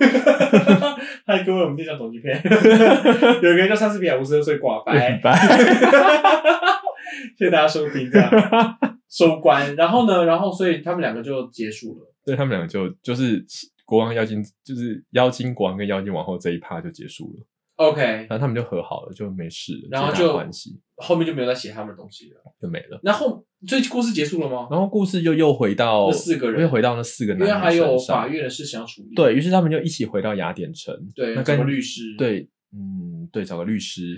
Speaker 3: 嗨，各位，我们今天讲总集 篇，有一个人叫莎士比亚五十二岁挂 白，
Speaker 1: 拜。
Speaker 3: 谢谢大家收听，这样 收官。然后呢，然后所以他们两个就结束了。
Speaker 1: 对他们两个就就是国王妖精，就是妖精国王跟妖精王后这一趴就结束了，
Speaker 3: OK，
Speaker 1: 然后他们就和好了，就没事了，
Speaker 3: 然后
Speaker 1: 皆大
Speaker 3: 就
Speaker 1: 欢喜
Speaker 3: 后面就没有再写他们的东西了。
Speaker 1: 就没了。
Speaker 3: 然后，所以故事结束了吗？
Speaker 1: 然后故事就又回到
Speaker 3: 那四个人
Speaker 1: 又回到那四个
Speaker 3: 因
Speaker 1: 男
Speaker 3: 为
Speaker 1: 人
Speaker 3: 还有
Speaker 1: 身上
Speaker 3: 法院的事情要处理。
Speaker 1: 对于是他们就一起回到雅典城，
Speaker 3: 对，
Speaker 1: 那
Speaker 3: 什么
Speaker 1: 跟
Speaker 3: 律师，
Speaker 1: 对，嗯，对，找个律 师。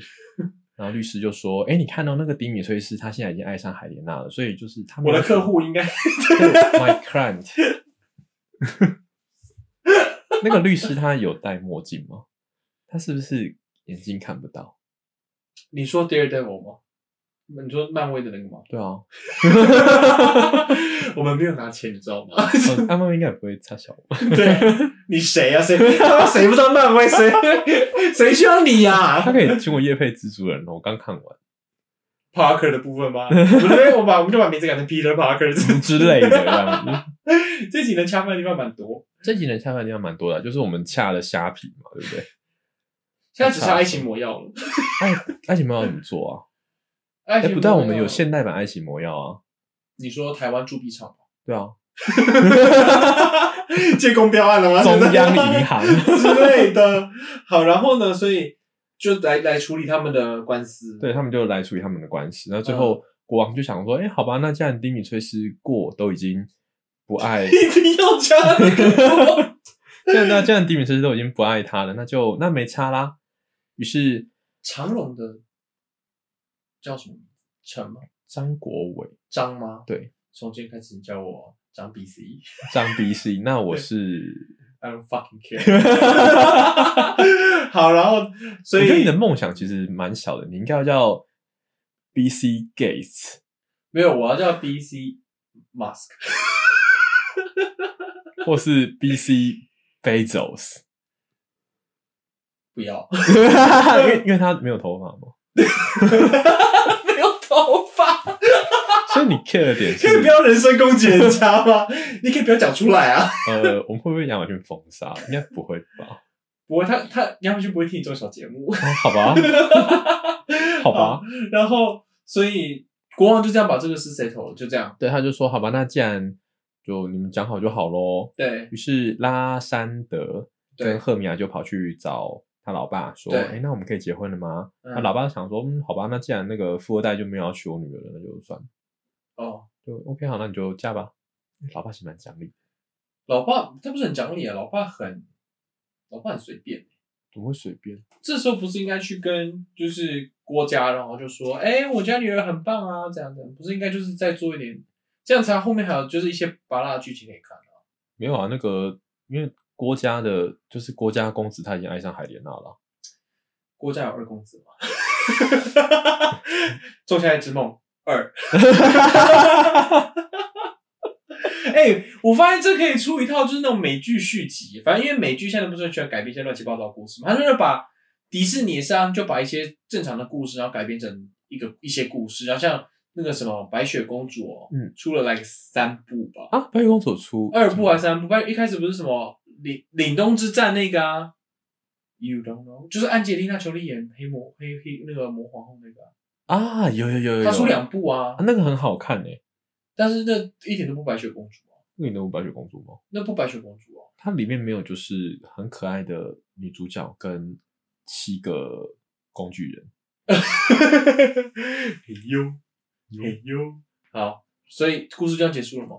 Speaker 1: 然后律师就说：“哎，你看到、那个迪米崔斯，他现在已经爱上海莲娜了，所以就是他们
Speaker 3: 我的客户应该
Speaker 1: 对 my client。那个律师他有戴墨镜吗？他是不是眼睛看不到？
Speaker 3: 你说 Daredevil 吗？你说漫威的那个 吗？
Speaker 1: 对啊，
Speaker 3: 我们没有拿钱，你知道吗？
Speaker 1: 哦他们应该也不会差小我。
Speaker 3: 对，你谁呀、啊？谁他妈谁不知道漫威？ 谁谁需要你啊呀、
Speaker 1: 他可以请我叶配蜘蛛人哦，我刚看完
Speaker 3: Parker 的部分 吗？我们这边我把我们就把名字改成 Peter Parker
Speaker 1: 之类的这样子。
Speaker 3: 这几能恰饭的地方蛮多，
Speaker 1: 这几年下饭地方蛮多的，啊就是我们恰了虾皮嘛，对不对？
Speaker 3: 现在只差爱情魔药了。
Speaker 1: 爱爱情魔药怎么做啊？
Speaker 3: 爱
Speaker 1: 哎、
Speaker 3: 情
Speaker 1: 不但我们有现代版爱情魔药啊，
Speaker 3: 你说台湾铸币厂吗？
Speaker 1: 对啊，
Speaker 3: 借公标案了啊吗？
Speaker 1: 中央银行，
Speaker 3: 之类 的。好，然后呢？所以就来来处理他们的官司。
Speaker 1: 对他们就来处理他们的官司。
Speaker 3: 嗯
Speaker 1: 那最后、国王就想说，哎、好吧，那既然迪米崔斯过都已经不爱，
Speaker 3: 一定要加那个
Speaker 1: 既然那既然迪米崔斯都已经不爱他了，那就那没差啦。于是
Speaker 3: 长龙的叫什么名字？陈吗？
Speaker 1: 张国伟、
Speaker 3: 张吗？
Speaker 1: 对，
Speaker 3: 从今天开始你叫我张 B C。
Speaker 1: 张 B C，那我是，
Speaker 3: I don't fucking care。好，然后所
Speaker 1: 我觉得你
Speaker 3: 以
Speaker 1: 的梦想其实蛮小的，你应该要叫 B C Gates。
Speaker 3: 没有，我要叫 B C Musk。
Speaker 1: 或是 B C Bezos，
Speaker 3: 不要，
Speaker 1: 因为因为他没有头发嘛，
Speaker 3: 没有头发，
Speaker 1: 所以你 care 的点是
Speaker 3: 可以不要人身攻击人家吗？ 你可以不要讲出来啊！
Speaker 1: 呃，我们会不会亚马逊封杀？应该不会吧？
Speaker 3: 不会，他他杨永就不会听你做小 节目，
Speaker 1: 哦好吧，好吧，
Speaker 3: 然后所以国王就这样把这个事 settle 了，就这样。
Speaker 1: 对，他就说好吧，那既然就你们讲好就好喽。
Speaker 3: 对
Speaker 1: 于是拉山德
Speaker 3: 对
Speaker 1: 跟赫米娅就跑去找他老爸说：“
Speaker 3: 对
Speaker 1: 哎、那我们可以结婚了吗？”
Speaker 3: 嗯
Speaker 1: 他老爸想说：“嗯，好吧，那既然那个富二代就没有要娶我女儿了，那就算了，
Speaker 3: 哦，
Speaker 1: 就 OK 好，那你就嫁吧。”老爸其实蛮讲理的，
Speaker 3: 老爸他不是很讲理啊，老爸很老爸很随便。
Speaker 1: 怎么会随便？
Speaker 3: 这时候不是应该去跟就是郭家，然后就说，哎、我家女儿很棒啊，这样这样，不是应该就是再做一点，这样才后面还有就是一些拔拉的剧情可以看啊。
Speaker 1: 没有啊，那个因为郭家的，就是郭家公子他已经爱上海莲娜了。
Speaker 3: 郭家有二公子吗？ 仲夏夜之梦二。 哎、我发现这可以出一套就是那种美剧续集，反正因为美剧现在不是很喜欢改编一些乱七八糟的故事嘛，他就是把迪士尼上就把一些正常的故事，然后改编成一个一些故事，然后像那个什么白雪公主、哦，
Speaker 1: 嗯，
Speaker 3: 出了 like 三部吧，
Speaker 1: 啊，白雪公主出
Speaker 3: 二部还啊是三部？白一开始不是什么凛凛冬之战那个啊，You don't know，就是安吉丽娜·裘丽演黑魔黑黑那个魔皇后那个啊、
Speaker 1: 啊，有有有有有，
Speaker 3: 她出两部啊
Speaker 1: 啊，，那个很好看诶、
Speaker 3: 但是那一点都不白雪公主啊，
Speaker 1: 那个你有白雪公主吗？
Speaker 3: 那不白雪公主啊。
Speaker 1: 它里面没有就是很可爱的女主角跟七个工具人，
Speaker 3: 嘿呦，嘿呦，好，所以故事就要结束了吗？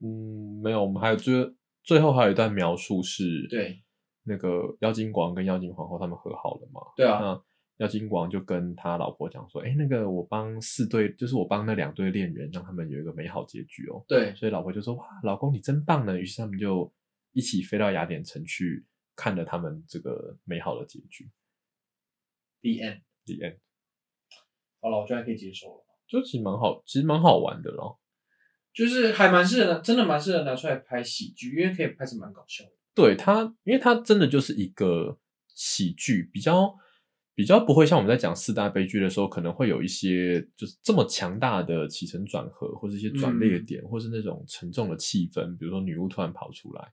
Speaker 1: 嗯，没有，我们还有最最后还有一段描述是，
Speaker 3: 对，
Speaker 1: 那个妖精国王跟妖精皇后他们和好了嘛，
Speaker 3: 对啊，
Speaker 1: 那妖精国王就跟他老婆讲说：“哎、那个我帮四对，就是我帮那两对恋人，让他们有一个美好结局哦。”
Speaker 3: 对，
Speaker 1: 所以老婆就说：“哇，老公你真棒呢！”于是他们就一起飞到雅典城去看了他们这个美好的结局。
Speaker 3: The End。
Speaker 1: The end，
Speaker 3: 好了，我觉得还可以接受了。
Speaker 1: 就其实蛮好，其实蛮好玩的咯。
Speaker 3: 就是还蛮适合拿，真的蛮适合拿出来拍喜剧，因为可以拍成蛮搞笑的。
Speaker 1: 对它，因为它真的就是一个喜剧，比较比较不会像我们在讲四大悲剧的时候，可能会有一些就是这么强大的起承转合，或是一些转
Speaker 3: 嗯
Speaker 1: 捩点，或是那种沉重的气氛，比如说女巫突然跑出来，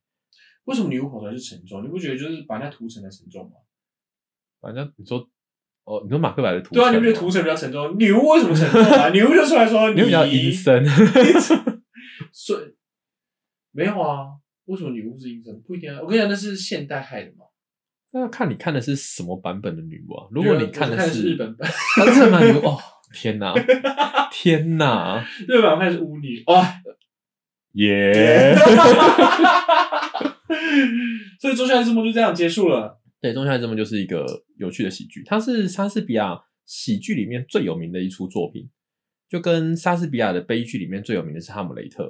Speaker 3: 为什么女巫跑出来是沉重？你不觉得就是把人家屠城才沉重吗？
Speaker 1: 反正你说哦，你说马克白的图，
Speaker 3: 对啊，你不觉得屠城比较沉重？女巫为什么沉重 啊？女巫就出来说
Speaker 1: 你比较阴森，
Speaker 3: 所以没有啊？为什么女巫是阴森？不一定啊！我跟你讲，那是现代害的嘛。
Speaker 1: 那要看你看的是什么版本的女巫啊？如果你
Speaker 3: 看
Speaker 1: 的
Speaker 3: 是日本版，
Speaker 1: 啊，日本版女巫哦，天哪，天 哪，
Speaker 3: 日本版是巫女哇，
Speaker 1: 耶！
Speaker 3: 所以《中下之梦》就这样结束了。
Speaker 1: 对，《仲夏夜之梦》就是一个有趣的喜剧，它是莎士比亚喜剧里面最有名的一出作品，就跟莎士比亚的悲剧里面最有名的是《哈姆雷特》。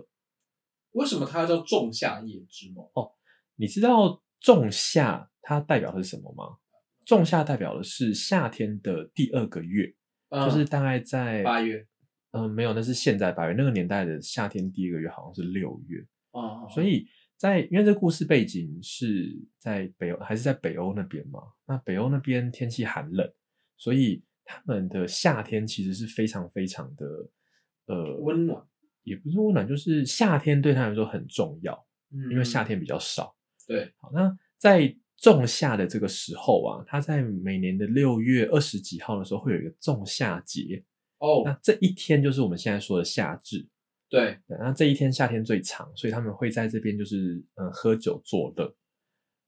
Speaker 3: 为什么它叫《仲夏夜之梦》？
Speaker 1: 哦你知道仲夏它代表的是什么吗？仲夏代表的是夏天的第二个月，
Speaker 3: 嗯
Speaker 1: 就是大概在
Speaker 3: 八月。
Speaker 1: 嗯、没有，那是现在八月，那个年代的夏天第一个月好像是六月，
Speaker 3: 哦，
Speaker 1: 所以在因为这故事背景是在北欧，还是在北欧那边嘛？那北欧那边天气寒冷，所以他们的夏天其实是非常非常的呃
Speaker 3: 温暖，
Speaker 1: 也不是温暖，就是夏天对他们来说很重要，
Speaker 3: 嗯
Speaker 1: 因为夏天比较少。
Speaker 3: 对，
Speaker 1: 好，那在仲夏的这个时候啊，它在每年的六月二十几号的时候会有一个仲夏节，
Speaker 3: 哦，
Speaker 1: 那这一天就是我们现在说的夏至。
Speaker 3: 对，
Speaker 1: 对那这一天夏天最长，所以他们会在这边就是嗯喝酒作乐，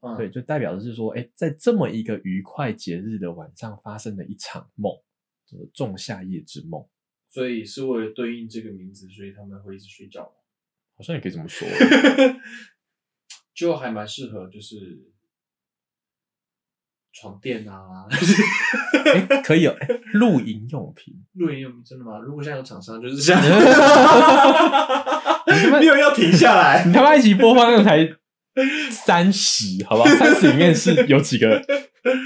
Speaker 3: 嗯，
Speaker 1: 对，，就代表的是说，哎，在这么一个愉快节日的晚上发生了一场梦，就是仲夏夜之梦，
Speaker 3: 所以是为了对应这个名字，所以他们会一直睡觉嘛。
Speaker 1: 好像也可以这么说。
Speaker 3: 就还蛮适合，就是床垫 啊，
Speaker 1: 哎，可以哦，诶露营用品，
Speaker 3: 露营用真的吗？如果现在有厂 商，就是这 样，
Speaker 1: 你他妈
Speaker 4: 没有要停下来，
Speaker 1: 你他妈一起播放那个才三十，好不好？三十里面是有几个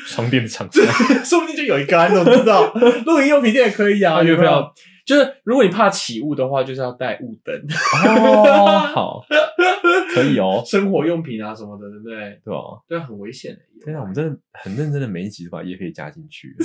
Speaker 1: 床垫的厂商？
Speaker 4: 说不定就有一个啊，你怎么知道？露营用品店也可以
Speaker 1: 哦
Speaker 4: 啊，
Speaker 3: 啊
Speaker 4: 有没有？
Speaker 3: 有就是如果你怕起雾的话，就是要带雾灯，
Speaker 1: 哦， 好，可以哦，
Speaker 3: 生活用品啊什么的，对不对？
Speaker 1: 对吧？
Speaker 3: 对啊，很危险的。
Speaker 1: 天哪，我们真的很认真的每一集都把叶可以加进去。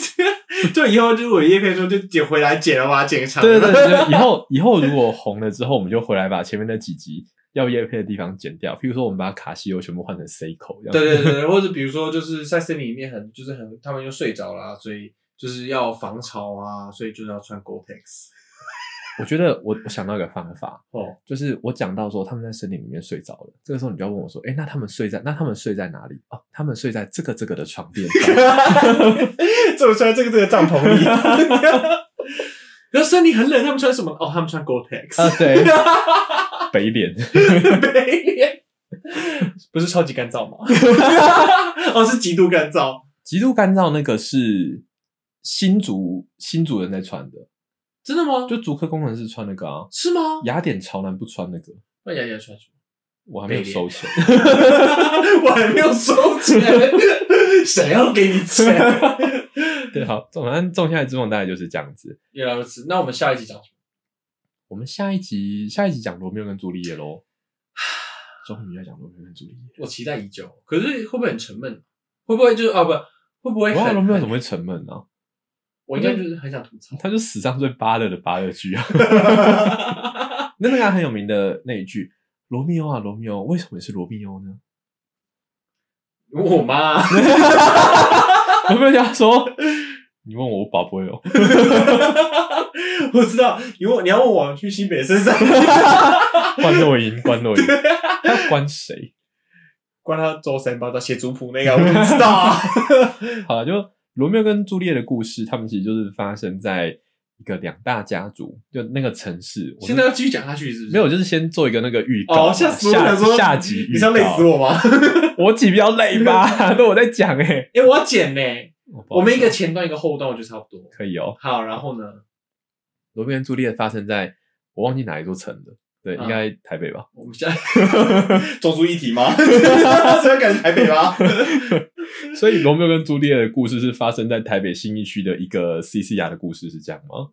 Speaker 4: 就以后就是我叶片说就捡回来剪了吧，剪个长
Speaker 1: 对
Speaker 4: 的。
Speaker 1: 对对，对以后以后如果红了之后，我们就回来把前面那几集要叶配的地方剪掉。譬如说，我们把卡西欧全部换成 C 口这样。
Speaker 3: 对对对对，或者比如说就是在森林里面很就是很他们就睡着啦、所以就是要防潮啊，所以就是要穿 Gore-Tex。
Speaker 1: 我觉得我我想到一个方法，
Speaker 3: 哦，
Speaker 1: 就是我讲到说他们在森林里面睡着了，这个时候你就要问我说，哎，那他们睡在那他们睡在哪里？哦，他们睡在这个这个的床 垫上。
Speaker 4: 怎么穿这个这个帐篷里？
Speaker 3: 然后森林很冷，他们穿什么？哦，他们穿 Gore-Tex，、
Speaker 1: 啊，对， 北脸。
Speaker 4: 不是超级干 燥吗？哦，是极度干燥。
Speaker 1: 极度干燥那个是新竹新竹人在穿的，
Speaker 3: 真的吗？
Speaker 1: 就竹科工程师穿那个啊，
Speaker 3: 是吗？
Speaker 1: 雅典潮男不穿那个，
Speaker 3: 那雅雅穿什么？
Speaker 1: 我还没有
Speaker 3: 北脸
Speaker 1: 收钱。
Speaker 4: 我还没有收钱，谁要给你钱？
Speaker 1: 对，好，总反正种下来之梦大概就是这样子。
Speaker 3: 原来如此。那我们下一集讲什么？
Speaker 1: 我们下一集下一集讲罗密欧跟朱丽叶喽， 终于要讲罗密欧跟朱丽叶。
Speaker 3: 我期待已久，可是会不会很沉闷？会不会就是啊不？会不会
Speaker 1: 哇，罗
Speaker 3: 很？
Speaker 1: 密欧怎么会沉闷呢、啊？
Speaker 3: 我应该就是很想吐槽。
Speaker 1: 他就史上最芭乐的芭乐剧啊！ 那那个啊很有名的那一句“罗密欧啊，罗密欧，为什么你是罗密欧呢
Speaker 3: 我妈，？”
Speaker 1: 有没有想说？你问我，我宝贝哦，
Speaker 4: 我知道，你问你要问我去新北身上，
Speaker 1: 关洛英，关洛英，他要关谁？
Speaker 4: 关他周三包到写族谱那个，我不知道 啊。
Speaker 1: 好了，就罗密欧跟朱丽叶的故事，他们其实就是发生在一个两大家族，就那个城市。我是
Speaker 3: 现在要继续讲下去是不是？
Speaker 1: 没有，就是先做一个那个预告嘛，
Speaker 4: 哦吓死我
Speaker 1: 下
Speaker 4: 想说
Speaker 1: 下集
Speaker 4: 你是要累死我吗？
Speaker 1: 我，我几秒累 吧？都我在讲哎、欸，
Speaker 3: 哎、我要剪呢、
Speaker 4: 哦
Speaker 3: 我们一个
Speaker 1: 不好意思
Speaker 3: 前段一个后段，我觉得差不多。
Speaker 1: 可以哦。
Speaker 3: 好，然后呢？
Speaker 1: 罗密欧跟朱丽叶发生在我忘记哪一座城了，对，
Speaker 3: 嗯
Speaker 1: 应该台北吧？
Speaker 3: 我们现在
Speaker 4: 种族一体 吗？是要赶去台北吗？
Speaker 1: 所以罗密欧跟朱丽叶的故事是发生在台北新一区的一个 C C R 的故事是这样吗？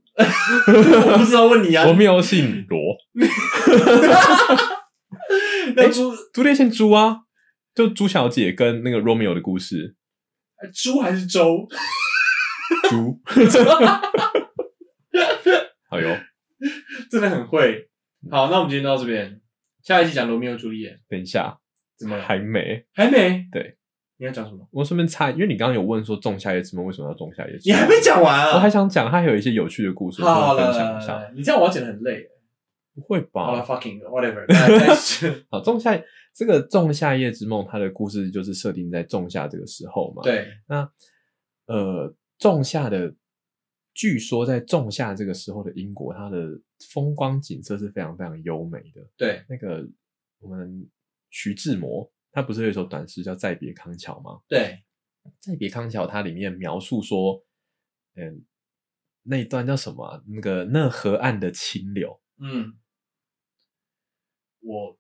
Speaker 4: 我不知道问你啊
Speaker 1: 罗。密欧姓罗，
Speaker 3: 那
Speaker 1: 诶
Speaker 3: 猪
Speaker 1: 竹内线猪啊，就猪小姐跟那个 Romeo 的故事，
Speaker 3: 猪 还是粥？
Speaker 1: 猪。哎呦，
Speaker 3: 真的很会。
Speaker 1: 嗯
Speaker 3: 好，那我们今天到这边，下一期讲罗密欧朱丽叶，
Speaker 1: 等一下，
Speaker 3: 怎
Speaker 4: 嗯
Speaker 3: 么了？
Speaker 1: 还没。
Speaker 3: 还没？
Speaker 1: 对，
Speaker 3: 你要讲什么？
Speaker 1: 我顺便猜，因为你刚刚有问说仲夏夜之梦为什么要仲夏夜之
Speaker 3: 你
Speaker 1: 梦，
Speaker 3: 还没讲完啊？
Speaker 1: 我还想讲，它还有一些有趣的故事，我跟我
Speaker 3: 好
Speaker 1: 分
Speaker 3: 了，来
Speaker 1: 享一
Speaker 3: 来
Speaker 1: 下。哦
Speaker 3: 来你这样我要剪得很累。
Speaker 1: 不会吧？
Speaker 3: 好了，fucking whatever 来。来是
Speaker 1: 好，仲夏这个《仲夏夜之梦》，它的故事就是设定在仲夏这个时候嘛。，
Speaker 3: 对，
Speaker 1: 那呃，仲夏的，据说在仲夏这个时候的英国，它的风光景色是非常非常优美的。
Speaker 3: 对，
Speaker 1: 那个我们徐志摩，他不是有一首短诗叫《再别康桥》吗？
Speaker 3: 对，
Speaker 1: 再别康桥，它里面描述说，嗯，那一段叫什么啊、那个那河岸的清流，
Speaker 3: 嗯，我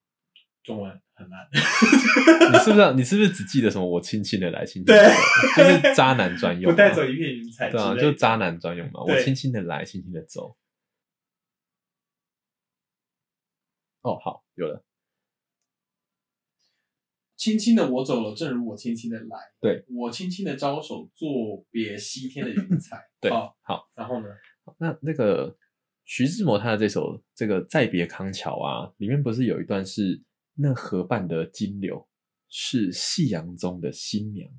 Speaker 3: 中文很烂。
Speaker 1: 你是不是你是不是只记得什么我轻轻的来，轻轻的
Speaker 3: 对
Speaker 1: 走，就是渣男专用
Speaker 3: 不
Speaker 1: 嘛，
Speaker 3: 带走一片云彩之
Speaker 1: 对
Speaker 3: 类
Speaker 1: 啊，
Speaker 3: 的。
Speaker 1: 就渣男专用嘛。我
Speaker 3: 对
Speaker 1: 轻轻的来，轻轻的走。哦，好，有了。
Speaker 3: 轻轻的我走了，正如我轻轻的来。
Speaker 1: 对，
Speaker 3: 我轻轻的招手，作别西天的云彩。
Speaker 1: 对，
Speaker 3: 好，
Speaker 1: 好，
Speaker 3: 然后呢？
Speaker 1: 那那个徐志摩他的这首这个《再别康桥》啊，里面不是有一段是那河畔的金柳是夕阳中的新娘？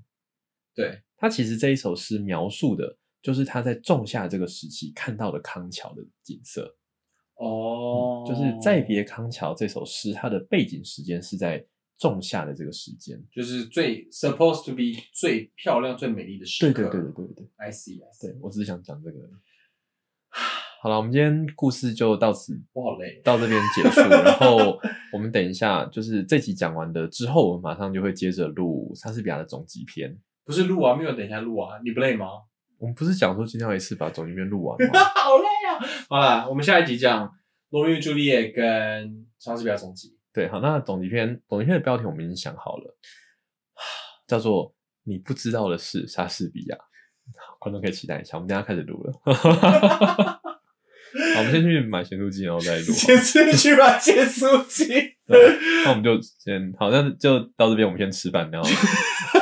Speaker 3: 对，
Speaker 1: 他其实这一首诗描述的就是他在仲夏这个时期看到的康桥的景色。
Speaker 3: 哦，
Speaker 1: 就是《再别康桥》这首诗，它的背景时间是在仲夏的这个时间。
Speaker 3: 就是最 supposed to be 最漂亮、最美丽的时
Speaker 1: 对
Speaker 3: 刻。
Speaker 1: 对对对对对，
Speaker 3: ，I see I see。
Speaker 1: 对我只是想讲这个而已。好了，我们今天故事就到此
Speaker 3: 我好累。
Speaker 1: 到这边结束，然后我们等一下就是这集讲完的之后，我们马上就会接着录莎士比亚的总集篇。
Speaker 3: 不是录啊，没有等一下录啊，你不累吗？
Speaker 1: 我们不是讲说今天要一次把总集篇录完吗？
Speaker 3: 好累啊！好啦，我们下一集讲《罗密欧与朱丽叶》跟莎士比亚总集。
Speaker 1: 对，好，那总集篇总集篇的标题我们已经想好了， 叫做“你不知道的事”，莎士比亚。好观众可以期待一下，我们等一下开始录了。 好，我们先去买咸酥鸡，然后再录。
Speaker 3: 先出去吧，先出去。
Speaker 1: 对那我们就先好，那就到这边，我们先吃饭，然后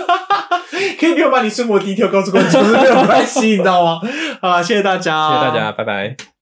Speaker 3: 可以不用 把你生活低调告诉观众，是没有关系，你知道吗？好啦，谢谢大家，
Speaker 1: 谢谢大家，拜拜。